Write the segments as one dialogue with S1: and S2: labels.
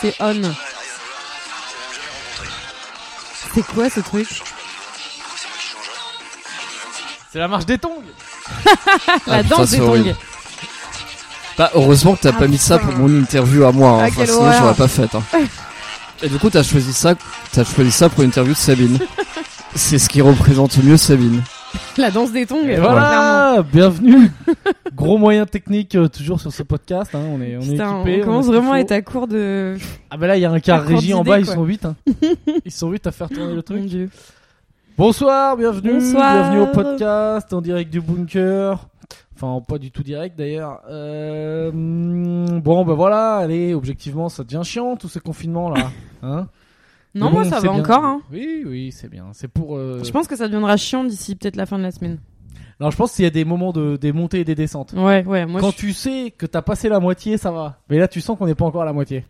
S1: c'est on. C'est quoi ce truc
S2: C'est la marche des tongs
S1: La
S3: Ah, putain,
S1: danse
S3: c'est
S1: des tongs.
S3: horrible. Bah, heureusement que t'as
S1: Ah,
S3: pas mis ça
S1: putain.
S3: pour mon interview à moi, hein.
S1: Ah,
S3: Enfin,
S1: quelle
S3: sinon
S1: horreur.
S3: j'aurais pas fait. hein. Et du coup, t'as choisi ça, t'as choisi ça pour l'interview de Sabine. C'est ce qui représente mieux Sabine.
S1: La danse des tongs.
S2: Et
S1: clairement.
S2: voilà, bienvenue. Gros moyen technique euh, toujours sur ce podcast. hein, On est, on est
S1: Putain,
S2: équipé.
S1: on commence
S2: a ce qu'il
S1: vraiment à
S2: faut.
S1: être à court de.
S2: Ah bah là, il y a un quart
S1: à court
S2: régie en
S1: d'idées,
S2: bas. Ils
S1: quoi.
S2: sont 8 Ils sont 8 à faire tourner le
S1: Mon
S2: truc.
S1: dieu.
S2: Bonsoir, bienvenue.
S1: Bonsoir.
S2: Bienvenue au podcast en direct du bunker. Enfin, pas du tout direct d'ailleurs. Euh, hmm, bon, bah voilà, allez, objectivement, ça devient chiant tout ce confinement là. Hein
S1: Non,
S2: Mais
S1: moi
S2: bon,
S1: ça
S2: c'est
S1: va
S2: bien.
S1: encore. Hein.
S2: Oui, oui, c'est bien. C'est pour. euh,
S1: Je pense que ça deviendra chiant d'ici peut-être la fin de la semaine.
S2: Alors, je pense qu'il y a des moments de des montées et des descentes.
S1: Ouais, ouais. Moi,
S2: Quand
S1: je-
S2: tu sais que t'as passé la moitié, ça va. Mais là, tu sens qu'on n'est pas encore à la moitié.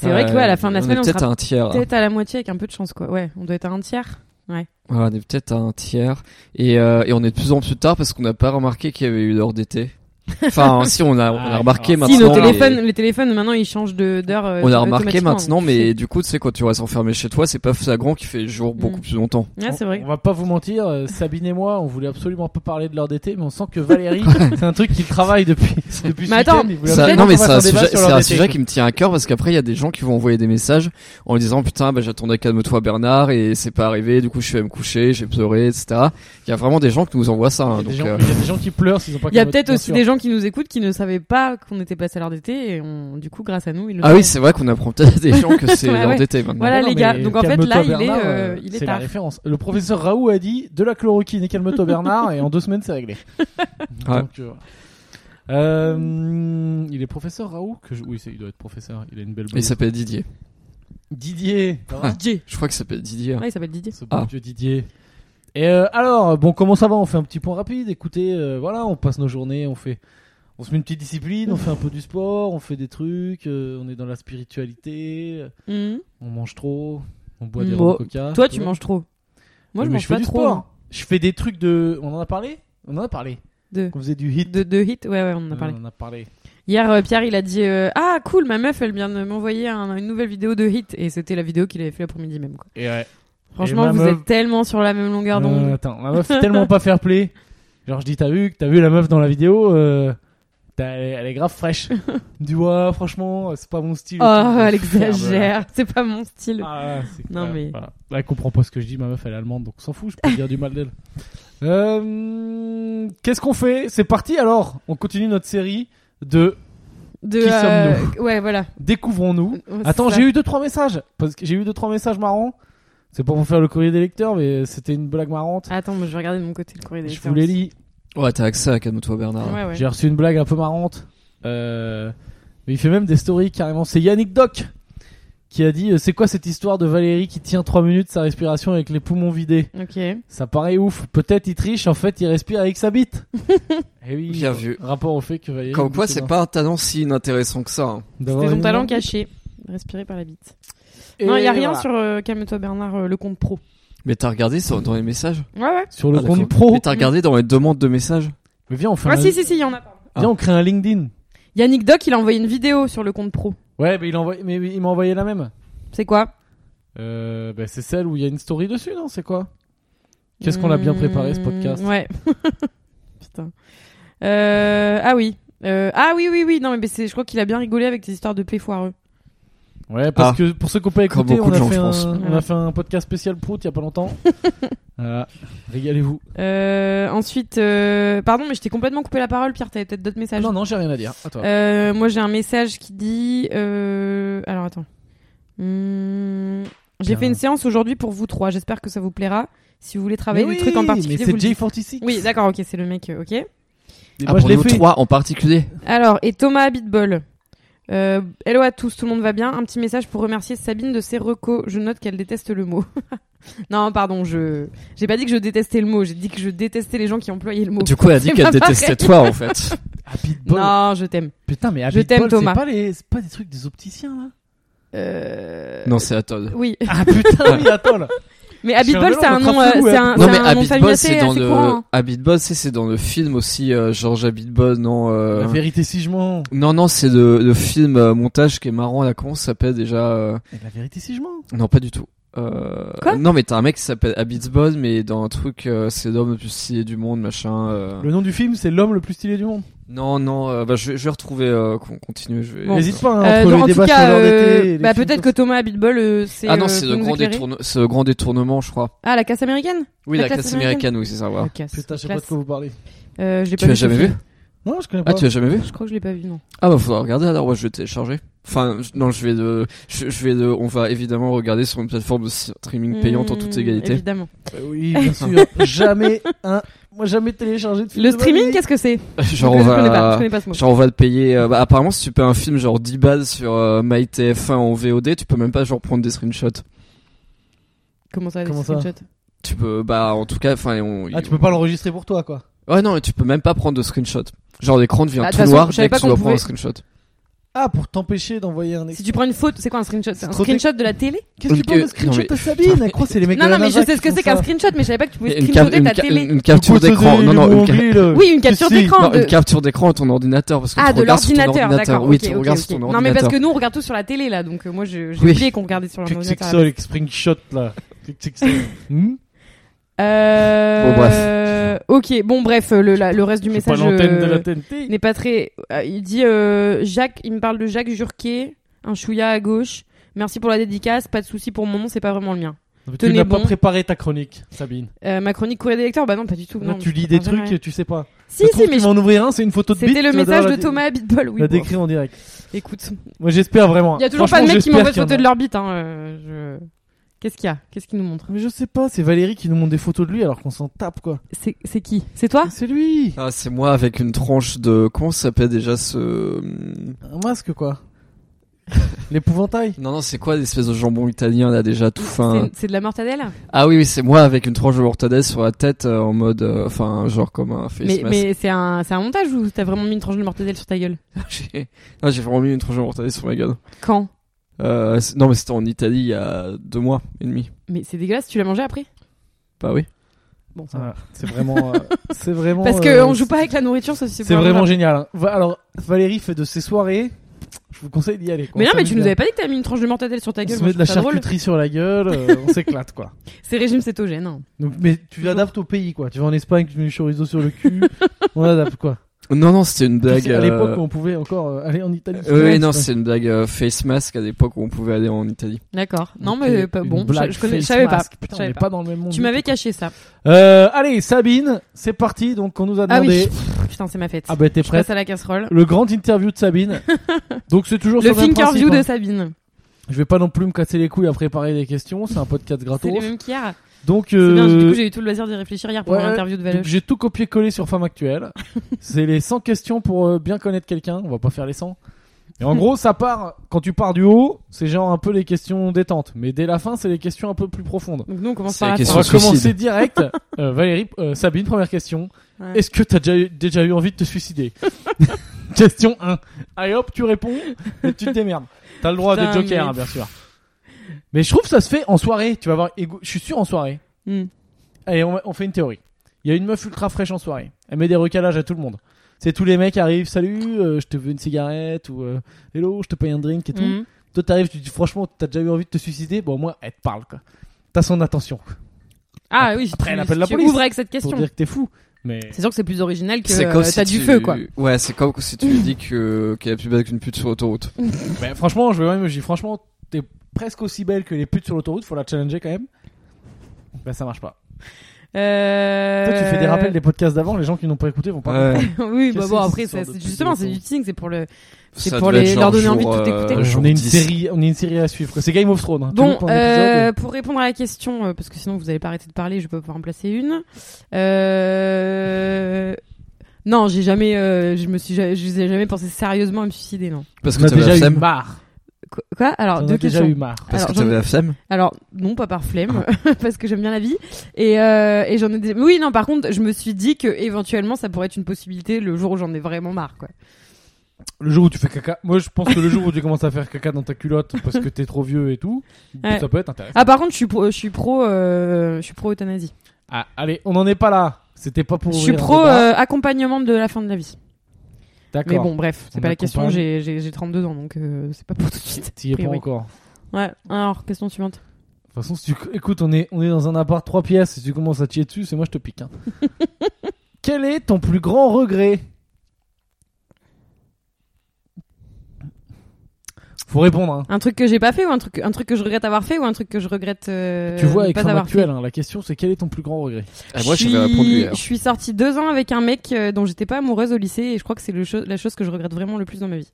S1: c'est vrai que ouais, à la fin de la
S3: Euh, on
S1: semaine,
S3: est
S1: on
S3: peut-être
S1: sera
S3: à un tiers. hein.
S1: peut-être à la moitié avec un peu de chance, quoi. Ouais, on doit être à un tiers.
S3: Ouais, on est peut-être à un tiers. Et, euh, et on est de plus en plus tard parce qu'on n'a pas remarqué qu'il y avait eu l'heure d'été. Enfin, si, on a, on a
S2: Ah,
S3: remarqué
S2: alors,
S3: maintenant.
S1: si nos
S3: mais-
S1: téléphones, les téléphones maintenant ils changent de d'heure. euh,
S3: On a remarqué
S1: automatiquement.
S3: maintenant, mais du coup, tu sais, quand tu restes enfermé chez toi, c'est pas flagrant qui fait jour beaucoup
S1: Mm.
S3: plus longtemps.
S1: Ah, c'est
S2: On-
S1: vrai.
S2: On va pas vous mentir, euh, Sabine et moi, on voulait absolument pas parler de l'heure d'été, mais on sent que Valérie, c'est un truc qu'il travaille depuis, depuis ce
S1: Mais attends,
S2: week-end, il voulait
S1: Ça-
S2: absolument
S3: non, mais
S2: qu'on
S3: c'est un
S2: fasse débat
S3: sujet,
S2: sur
S3: c'est
S2: l'heure
S3: un
S2: d'été,
S3: sujet
S2: quoi.
S3: qui me tient à cœur parce qu'après, il y a des gens qui vont envoyer des messages en disant putain, bah, j'attendais calme-toi Bernard et c'est pas arrivé, du coup, je suis allé me coucher, j'ai pleuré, etc. Il y a vraiment des gens qui nous envoient ça.
S2: Il y
S3: hein,
S2: a des gens-
S3: donc, euh,
S2: il y a des gens qui pleurent s'ils ont pas
S1: Il y a
S2: calme-
S1: peut-être
S2: bien
S1: aussi
S2: sûr.
S1: des gens qui nous écoutent qui ne savaient pas qu'on était passé à l'heure d'été et on- du coup, grâce à nous, ils le
S3: Ah oui,
S1: savent.
S3: c'est vrai qu'on apprend peut-être à des gens que c'est
S1: Ouais,
S3: l'heure
S1: ouais.
S3: d'été maintenant.
S1: Voilà,
S2: Non,
S1: les
S2: mais
S1: gars. Donc, en fait, là,
S2: calme-toi,
S1: il est,
S2: Bernard,
S1: euh,
S2: euh,
S1: il est
S2: C'est la
S1: tard.
S2: référence. Le professeur Raoult a dit de la chloroquine et calme-toi Bernard, et en deux semaines, c'est réglé.
S3: Ouais.
S2: Donc, euh, euh, il est professeur Raoult que je... Oui, c'est- il doit être professeur. Il a une belle
S3: Il
S2: blouse.
S3: s'appelle Didier.
S2: Didier. ça va
S1: Didier.
S3: Je crois qu'il s'appelle Didier.
S1: Ouais, il s'appelle Didier.
S2: Ce bon
S3: Ah.
S2: vieux Didier. Et euh, alors, bon, comment ça va On fait un petit point rapide. Écoutez, euh, voilà, on passe nos journées, on fait, on se met une petite discipline, on fait un peu du sport, on fait des trucs, euh, on est dans la spiritualité, euh,
S1: Mhm.
S2: on mange trop, on boit
S1: Mm.
S2: des
S1: Bon,
S2: rum coca.
S1: Toi, tu manges trop. Moi,
S2: Oui,
S1: je
S2: mais
S1: mange
S2: fais
S1: pas
S2: du
S1: trop.
S2: sport.
S1: hein.
S2: Je fais des trucs de. On en a parlé On en a parlé.
S1: De,
S2: On faisait du hit.
S1: de, de hit, ouais, ouais, on en a
S2: Euh,
S1: parlé.
S2: On en a parlé.
S1: Hier, euh, Pierre, il a dit euh, Ah, cool, ma meuf, elle vient de m'envoyer un- une nouvelle vidéo de hit. Et c'était la vidéo qu'il avait fait l'après-midi même. Quoi.
S2: Et ouais.
S1: Franchement,
S2: ma
S1: vous
S2: meuf-
S1: êtes tellement sur la même longueur d'onde.
S2: Euh, attends, ma meuf est tellement pas fair play. Genre, je dis, t'as vu, t'as vu la meuf dans la vidéo euh, t'as- elle, est- elle est grave fraîche. Elle me dit, ouais, franchement, c'est pas mon style. et tout.
S1: oh, elle
S2: Ferme-la.
S1: exagère. C'est pas mon style.
S2: Ah, ouais, c'est
S1: Non,
S2: clair.
S1: mais-
S2: Voilà. Bah, Elle comprend pas ce que je dis, ma meuf, elle est allemande, donc on s'en fout, je peux dire du mal d'elle. Euh, Qu'est-ce qu'on fait C'est parti alors On continue notre série de
S1: De,
S2: qui
S1: euh, Ouais, voilà.
S2: Découvrons-nous.
S1: Oh, c'est
S2: Attends,
S1: ça.
S2: j'ai eu deux trois messages parce que j'ai eu deux trois messages marrants. C'est pas pour faire le courrier des lecteurs, mais c'était une blague marrante.
S1: Attends, moi, je vais regarder de mon côté le courrier des
S2: je
S1: lecteurs
S2: vous les
S1: aussi.
S2: lis.
S3: Ouais, t'as accès à Calme-toi Bernard.
S1: Ouais, ouais.
S2: J'ai reçu une blague un peu marrante. Euh, mais il fait même des stories carrément. C'est Yannick Doc qui a dit euh, C'est quoi cette histoire de Valérie qui tient 3 minutes sa respiration avec les poumons vidés
S1: Ok.
S2: Ça paraît ouf. Peut-être il triche, en fait il respire avec sa bite. Et oui,
S3: Bien vu.
S2: rapport au fait que Valérie.
S3: Comme quoi, c'est pas un talent si inintéressant que ça. hein.
S1: C'était ton talent caché. Respiré par la bite. Non, il y a rien sur euh, Calme-toi Bernard, euh, le compte pro.
S3: Mais t'as regardé sur- dans les messages
S1: Ouais, ouais.
S2: Sur le
S3: Ah, d'accord.
S2: compte pro.
S3: Mais t'as regardé dans les demandes de messages
S2: Mais viens, on fait
S1: Ah,
S2: un-
S1: si, si, si, il y en a. pardon.
S2: viens, on crée un LinkedIn.
S1: Yannick Doc, il a envoyé une vidéo sur le compte pro.
S2: Ouais, mais il, envoie- mais il m'a envoyé la même.
S1: C'est quoi
S2: Euh, bah, c'est celle où il y a une story dessus, non C'est quoi
S1: Euh,
S2: Qu'est-ce qu'on a bien préparé ce
S1: Mmh,
S2: podcast
S1: Ouais. Putain. Euh, ah oui. Euh, ah oui, oui, oui. Non, mais c'est, je crois qu'il a bien rigolé avec tes histoires de paix foireux.
S2: Ouais, parce
S3: Ah.
S2: que pour ceux qui n'ont pas
S3: Comme
S2: écouté,
S3: beaucoup
S2: on
S3: de
S2: a,
S3: gens,
S2: fait
S3: je
S2: un,
S3: pense.
S2: on
S1: Ouais.
S2: a fait un podcast spécial Prout il y a pas longtemps. Voilà. régalez-vous.
S1: Euh, ensuite, euh, pardon, mais je t'ai complètement coupé la parole, Pierre. T'avais peut-être d'autres messages.
S2: Ah Non, non, j'ai rien à dire. À toi.
S1: Ah, Euh, moi, j'ai un message qui dit. euh, Alors, attends. Mmh, J'ai
S2: Bien.
S1: fait une séance aujourd'hui pour vous trois. J'espère que ça vous plaira. Si vous voulez travailler
S2: Mais
S1: ah, des trucs en
S2: oui,
S1: particulier,
S2: Mais
S1: vous
S2: c'est
S1: le dites.
S2: J46.
S1: Oui, d'accord, ok, c'est le mec, euh, ok.
S2: Mais
S3: Ah,
S2: moi, je
S3: pour
S2: l'ai
S3: nous
S2: fait.
S3: trois en particulier.
S1: Alors, et Thomas Habitbol. Euh, hello à tous, tout le monde va bien. Un petit message pour remercier Sabine de ses recos. Je note qu'elle déteste le mot. non, pardon, je j'ai pas dit que je détestais le mot. J'ai dit que je détestais les gens qui employaient le mot.
S3: Du coup, elle a dit
S1: Oh. C'est
S3: qu'elle
S1: pas
S3: détestait
S1: pareil.
S3: toi en fait.
S2: Happy Ball.
S1: Non, je t'aime.
S2: Putain, mais
S1: Je
S2: Happy
S1: t'aime,
S2: Ball, c'est
S1: Thomas.
S2: pas, les... c'est pas des trucs des opticiens là
S1: Euh...
S3: Non, c'est à Todd.
S1: Oui.
S2: Ah putain, oui, attends là.
S1: Mais
S2: Je suis un
S1: Habitbol, c'est un
S2: mélange entre
S1: nom, euh,
S2: un fou et
S1: c'est
S2: un-
S1: un,
S3: Non
S1: c'est
S3: mais
S1: un nom de famille
S3: Habitbol c'est
S1: assez,
S3: dans
S1: assez courant.
S3: le
S1: hein.
S3: Habitbol c'est c'est dans le film aussi euh, George Habitbol non euh,
S2: La vérité, si je mens.
S3: non non c'est le, le film euh, montage qui est marrant là comment ça s'appelle déjà euh,
S2: La vérité, si je mens.
S3: non pas du tout euh,
S1: Quoi
S3: non mais t'as un mec qui s'appelle Habitbol mais dans un truc euh, c'est l'homme le plus stylé du monde machin euh.
S2: Le nom du film, c'est L'homme le plus stylé du monde.
S3: non non euh, bah, je, vais- je vais retrouver euh, qu'on continue je vais
S1: Bon.
S2: N'hésite pas, hein,
S1: Euh, donc,
S2: entre les
S1: en tout
S2: débats
S1: cas,
S2: sur l'heure
S1: euh,
S2: d'été. et les
S1: bah,
S2: films
S1: peut-être que
S2: comme
S1: Thomas Habitbol, euh, c'est.
S3: ah non
S1: euh,
S3: c'est
S1: pour
S3: le
S1: nous
S3: grand
S1: éclairer.
S3: détourne ce grand détournement je crois
S1: Ah, la casse américaine
S3: oui
S1: La
S3: la,
S1: classe
S3: classe américaine oui c'est ça voilà.
S1: La casse.
S2: ça. Putain, je sais
S1: Classe.
S2: pas de quoi vous parlez.
S1: Euh, je l'ai
S3: tu
S1: pas
S3: l'as
S1: ce
S3: jamais
S1: film.
S3: vu
S2: Non, je connais pas.
S3: ah tu l'as jamais vu
S1: Je crois que je l'ai pas vu, non.
S3: Ah bah faudra regarder alors ouais je vais télécharger. Enfin je- non je vais de je, je vais de on va évidemment regarder sur une plateforme de streaming payante en toute
S1: Mmh,
S3: égalité.
S1: Évidemment.
S2: Bah oui, bien sûr. jamais un. Moi, jamais téléchargé de film.
S1: Le
S2: de ma
S1: streaming,
S2: vie.
S1: qu'est-ce que c'est
S3: Genre
S1: Je
S3: on
S1: connais pas, je
S3: va
S1: connais pas ce mot.
S3: genre on va le payer euh, bah, apparemment si tu payes un film genre 10 balles sur euh, MyTF1 en VOD, tu peux même pas genre prendre des screenshots.
S1: Comment ça, les
S2: Comment ça
S1: screenshots
S3: Tu peux bah en tout cas enfin on
S2: Ah, tu peux pas l'enregistrer pour toi, quoi.
S3: Ouais non, tu peux même pas prendre de screenshots. Genre l'écran devient
S1: Ah, de
S3: tout
S1: toute façon,
S3: noir
S1: je savais
S3: dès que
S1: pas
S3: tu dois
S1: qu'on
S3: prendre un
S1: pouvait-
S3: screenshot.
S2: Ah, pour t'empêcher d'envoyer un.
S1: Si tu prends une photo, c'est quoi un screenshot C'est un
S2: trop tec-
S1: screenshot de la télé
S2: Qu'est-ce que tu
S3: Une-
S2: penses de
S3: non,
S2: screenshot
S3: mais-
S2: de Sabine Elle croit que c'est les mecs
S1: Non,
S2: à la
S1: non, mais je
S2: NASA
S1: sais ce
S2: qui
S1: que
S2: font
S1: c'est qu'un
S2: ça.
S1: screenshot, mais je savais pas que tu pouvais
S3: Une, cap-
S1: screenshotter
S3: une
S1: ta
S3: ca-
S1: télé.
S3: une- une capture
S2: Photo de
S3: d'écran. Non non, une, ca-
S2: mobile.
S1: Oui, une capture
S2: Si, si.
S1: d'écran.
S3: non, une
S1: de-
S3: capture d'écran de ton ordinateur parce que
S1: Ah,
S3: tu
S1: de
S3: regardes sur ton
S1: l'ordinateur, d'accord.
S3: Oui,
S1: ok,
S3: tu
S1: ok,
S3: regardes
S1: ok.
S3: sur ton
S1: Non, mais
S3: ordinateur.
S1: parce que nous, on regarde tout sur la télé, là, donc euh, moi, je- j'ai
S3: Oui.
S1: oublié qu'on regardait sur
S2: Qu'est-ce que c'est que
S1: l'ordinateur.
S2: ça, les screenshots, là Qu'est-ce que c'est que ça Hmm
S1: Euh...
S3: Bon, bref.
S1: Ok, bon bref, le, la- le reste du
S2: C'est
S1: message
S2: pas l'antenne
S1: euh,
S2: de la TNT.
S1: n'est pas très. euh, Il dit euh, Jacques, il me parle de Jacques Jurquet, un chouïa à gauche. Merci pour la dédicace, pas de souci pour mon nom, c'est pas vraiment le mien.
S2: Non, mais Tu
S1: Tenez
S2: n'as
S1: bon.
S2: pas préparé ta chronique, Sabine.
S1: Euh, ma chronique courrier des lecteurs, bah non, pas du tout.
S2: Là,
S1: non,
S2: tu
S1: je
S2: lis des
S1: préfère
S2: trucs
S1: jamais.
S2: et tu sais pas.
S1: Si, si, mais
S2: tu
S1: je-
S2: vas en ouvrir un, c'est une photo de bite.
S1: c'était le
S2: tu vas devoir
S1: message
S2: la
S1: de
S2: dé-
S1: Thomas Habitbol, oui.
S2: La
S1: bon,
S2: décrire en direct.
S1: Écoute,
S2: Moi, j'espère vraiment.
S1: il y a toujours pas de
S2: Franchement,
S1: mec qui m'envoie de
S2: j'espère
S1: photos de
S2: qu'il y en
S1: leur bite. Hein. euh, je- Qu'est-ce qu'il y a Qu'est-ce qu'il nous montre
S2: a. Mais je sais pas, c'est Valérie qui nous montre des photos de lui alors qu'on s'en tape, quoi.
S1: C'est c'est qui C'est toi
S2: C'est lui
S3: Ah, c'est moi avec une tranche de. Comment ça s'appelle déjà ce.
S2: Un masque, quoi. L'épouvantail.
S3: Non, non, c'est quoi l'espèce de jambon italien là déjà tout fin
S1: C'est- C'est de la mortadelle
S3: Ah oui, oui, c'est moi avec une tranche de mortadelle sur la tête euh, en mode. euh, Enfin, genre comme un face
S1: Mais,
S3: mask.
S1: mais c'est un, c'est un montage ou t'as vraiment mis une tranche de mortadelle sur ta gueule
S3: J'ai- non, j'ai vraiment mis une tranche de mortadelle sur ma gueule.
S1: Quand
S3: Euh, c'est- non, mais c'était en Italie il y a deux mois et demi.
S1: Mais c'est dégueulasse, tu l'as mangé après
S3: Bah oui.
S1: Bon, ça va.
S2: Ah, C'est vraiment. euh, c'est vraiment.
S1: Parce
S2: euh,
S1: qu'on joue pas avec la nourriture, ça c'est
S2: C'est
S1: pas
S2: vraiment
S1: grave.
S2: génial. hein. Va- Alors, Valérie fait de ses soirées. Je vous conseille d'y aller. quoi.
S1: Mais non,
S2: Ça
S1: mais
S2: amuse
S1: tu nous
S2: bien.
S1: avais pas dit que t'avais mis une tranche de mortadelle sur ta
S2: On
S1: gueule
S2: se
S1: moi,
S2: met
S1: je
S2: de la
S1: trouve ça drôle.
S2: charcuterie sur la gueule, euh, on s'éclate quoi.
S1: C'est régime cétogène. hein.
S2: Donc, mais tu l'adaptes au pays quoi. Tu vas en Espagne, tu mets du chorizo sur le cul, on adapte quoi.
S3: Non, non, c'était une blague.
S2: à l'époque
S3: euh,
S2: où on pouvait encore euh, aller en Italie.
S3: euh, oui, non,
S2: c'est
S3: c'est une blague euh, face mask à l'époque où on pouvait aller en Italie.
S1: D'accord. Non,
S2: une
S1: mais pas bon,
S2: blague
S1: je, je connais, je
S2: face
S1: savais pas.
S2: mask. Putain,
S1: Je
S2: on
S1: savais
S2: est
S1: pas.
S2: pas dans le même monde.
S1: Tu m'avais caché ça.
S2: Euh, allez, Sabine, c'est parti. Donc, on nous a
S1: Ah
S2: demandé.
S1: oui, putain, c'est ma fête.
S2: Ah bah, t'es
S1: je
S2: prête.
S1: passe à la casserole.
S2: Le grand interview de Sabine. Donc, c'est toujours
S1: Le
S2: sur même
S1: Finkerview
S2: principe,
S1: de
S2: hein.
S1: Sabine.
S2: Je vais pas non plus me casser les couilles à préparer des questions. C'est un podcast
S1: C'est
S2: gratos.
S1: les mêmes qu'hier.
S2: Donc,
S1: C'est
S2: euh,
S1: bien, du coup, j'ai eu tout le loisir d'y réfléchir hier pendant
S2: ouais,
S1: l'interview de
S2: Donc,
S1: Valoche.
S2: J'ai tout copié-collé sur Femme Actuelle. c'est les 100 questions pour euh, bien connaître quelqu'un. On va pas faire les 100. Et en gros, ça part, quand tu pars du haut, c'est genre un peu les questions détentes. Mais dès la fin, c'est les questions un peu plus profondes.
S1: Donc nous, on commence
S3: C'est
S1: par
S3: la
S1: la
S2: On
S3: question.
S1: fin.
S2: va
S3: suicide.
S2: commencer direct. Euh, Valérie, euh, Sabine, première question.
S1: Ouais.
S2: Est-ce que t'as déjà, eu- déjà eu envie de te suicider Question 1. Allez hop, tu réponds et tu te démerdes. T'as le droit
S1: Putain,
S2: de joker,
S1: mais-
S2: hein, bien sûr. Mais je trouve que ça se fait en soirée. Tu vas voir, égo- je suis sûr en soirée.
S1: Hmm.
S2: Allez, on, va- on fait une théorie. Il y a une meuf ultra fraîche en soirée. Elle met des recalages à tout le monde. C'est tous les mecs arrivent, salut, euh, je te veux une cigarette ou euh, hello, je te paye un drink et tout.
S1: Mhm.
S2: Toi t'arrives, tu dis franchement, t'as déjà eu envie de te suicider Bon, moi, elle te parle quoi. T'as son attention
S1: Ah oui,
S2: Après,
S1: tu-
S2: elle appelle la
S1: tu
S2: police
S1: ouvres avec cette
S2: pour
S1: question.
S2: dire que t'es fou. Mais
S1: C'est sûr que c'est plus original que
S3: C'est
S1: euh,
S3: comme si
S1: t'as du
S3: tu-
S1: feu, quoi.
S3: Ouais, c'est comme si tu lui dis que qu'elle est plus belle qu'une pute sur l'autoroute.
S2: mais franchement, je vais même, je dis franchement, t'es presque aussi belle que les putes sur l'autoroute. Faut la challenger quand même. Bah ça marche pas.
S1: Euh...
S2: Toi, tu fais des rappels des podcasts d'avant. Les gens qui n'ont pas écouté vont pas. comprendre.
S1: oui,
S2: Qu'est-ce
S1: bah
S2: que
S1: bon,
S2: c'est,
S1: après,
S2: cette
S1: ça,
S2: sorte
S1: c'est-
S2: de
S1: justement, c'est
S2: pseudo-
S1: du teasing, c'est pour le. C'est
S3: Ça
S1: pour
S3: devait
S1: les-
S3: être
S1: leur
S3: genre
S1: donner envie de
S3: jour,
S1: tout écouter.
S3: euh,
S1: On
S3: jour
S2: on est une
S3: 10.
S2: série, on est une série à suivre. quoi. C'est Game of Thrones. hein. Tu
S1: Bon,
S2: loupes un
S1: euh,
S2: épisode.
S1: pour répondre à la question, euh, parce que sinon vous allez pas arrêter de parler, je peux pouvoir en placer une. Euh... Non, j'ai jamais, euh, je me suis, ja- je ai jamais pensé sérieusement à me suicider, non.
S3: Parce que
S2: T'en as
S3: t'avais la
S2: déjà eu
S3: flemme.
S2: marre.
S1: Qu- Quoi Alors
S2: T'en
S1: Ah, deux
S2: as déjà
S1: questions.
S2: eu marre.
S3: Parce
S1: Alors,
S3: que
S1: j'en ai-
S3: t'avais la flemme.
S1: Alors non, pas par flemme,
S2: Ah.
S1: parce que j'aime bien la vie. Et, euh, et j'en ai. des- Oui, non. Par contre, je me suis dit que éventuellement ça pourrait être une possibilité le jour où j'en ai vraiment marre, quoi.
S2: Le jour où tu fais caca. Moi, je pense que le jour où tu commences à faire caca dans ta culotte parce que t'es trop vieux et tout,
S1: Ouais.
S2: ça peut être intéressant.
S1: Ah, par contre, je suis pro, je suis pro, euh, je suis pro euthanasie.
S2: Ah, allez, on n'en est pas là. C'était pas pour.
S1: Je suis
S2: ouvrir un
S1: pro
S2: débat.
S1: euh, accompagnement de la fin de la vie.
S2: D'accord.
S1: Mais bon, bref, c'est
S2: On
S1: pas la question.
S2: accompagne.
S1: J'ai- J'ai j'ai 32 ans, donc euh, c'est pas pour tout de suite.
S2: T'y es pas
S1: priori.
S2: encore.
S1: Ouais. Alors, question suivante.
S2: De toute façon, si tu... écoute, on est, on est dans un appart trois pièces. Si tu commences à tirer dessus, c'est moi je te pique. hein. Quel est ton plus grand regret Faut répondre. hein.
S1: Un truc que j'ai pas fait ou un truc, un truc que je regrette avoir fait ou un truc que je regrette euh,
S2: tu vois,
S1: ne
S2: avec
S1: pas
S2: l'écran
S1: avoir
S2: actuel, hein, la question c'est quel est ton plus grand regret
S3: Ah, moi,
S1: je
S3: j'avais répondu
S1: suis-
S3: hier.
S1: Je suis sortie deux ans avec un mec euh, dont j'étais pas amoureuse au lycée et je crois que c'est le cho- la chose que je regrette vraiment le plus dans ma vie.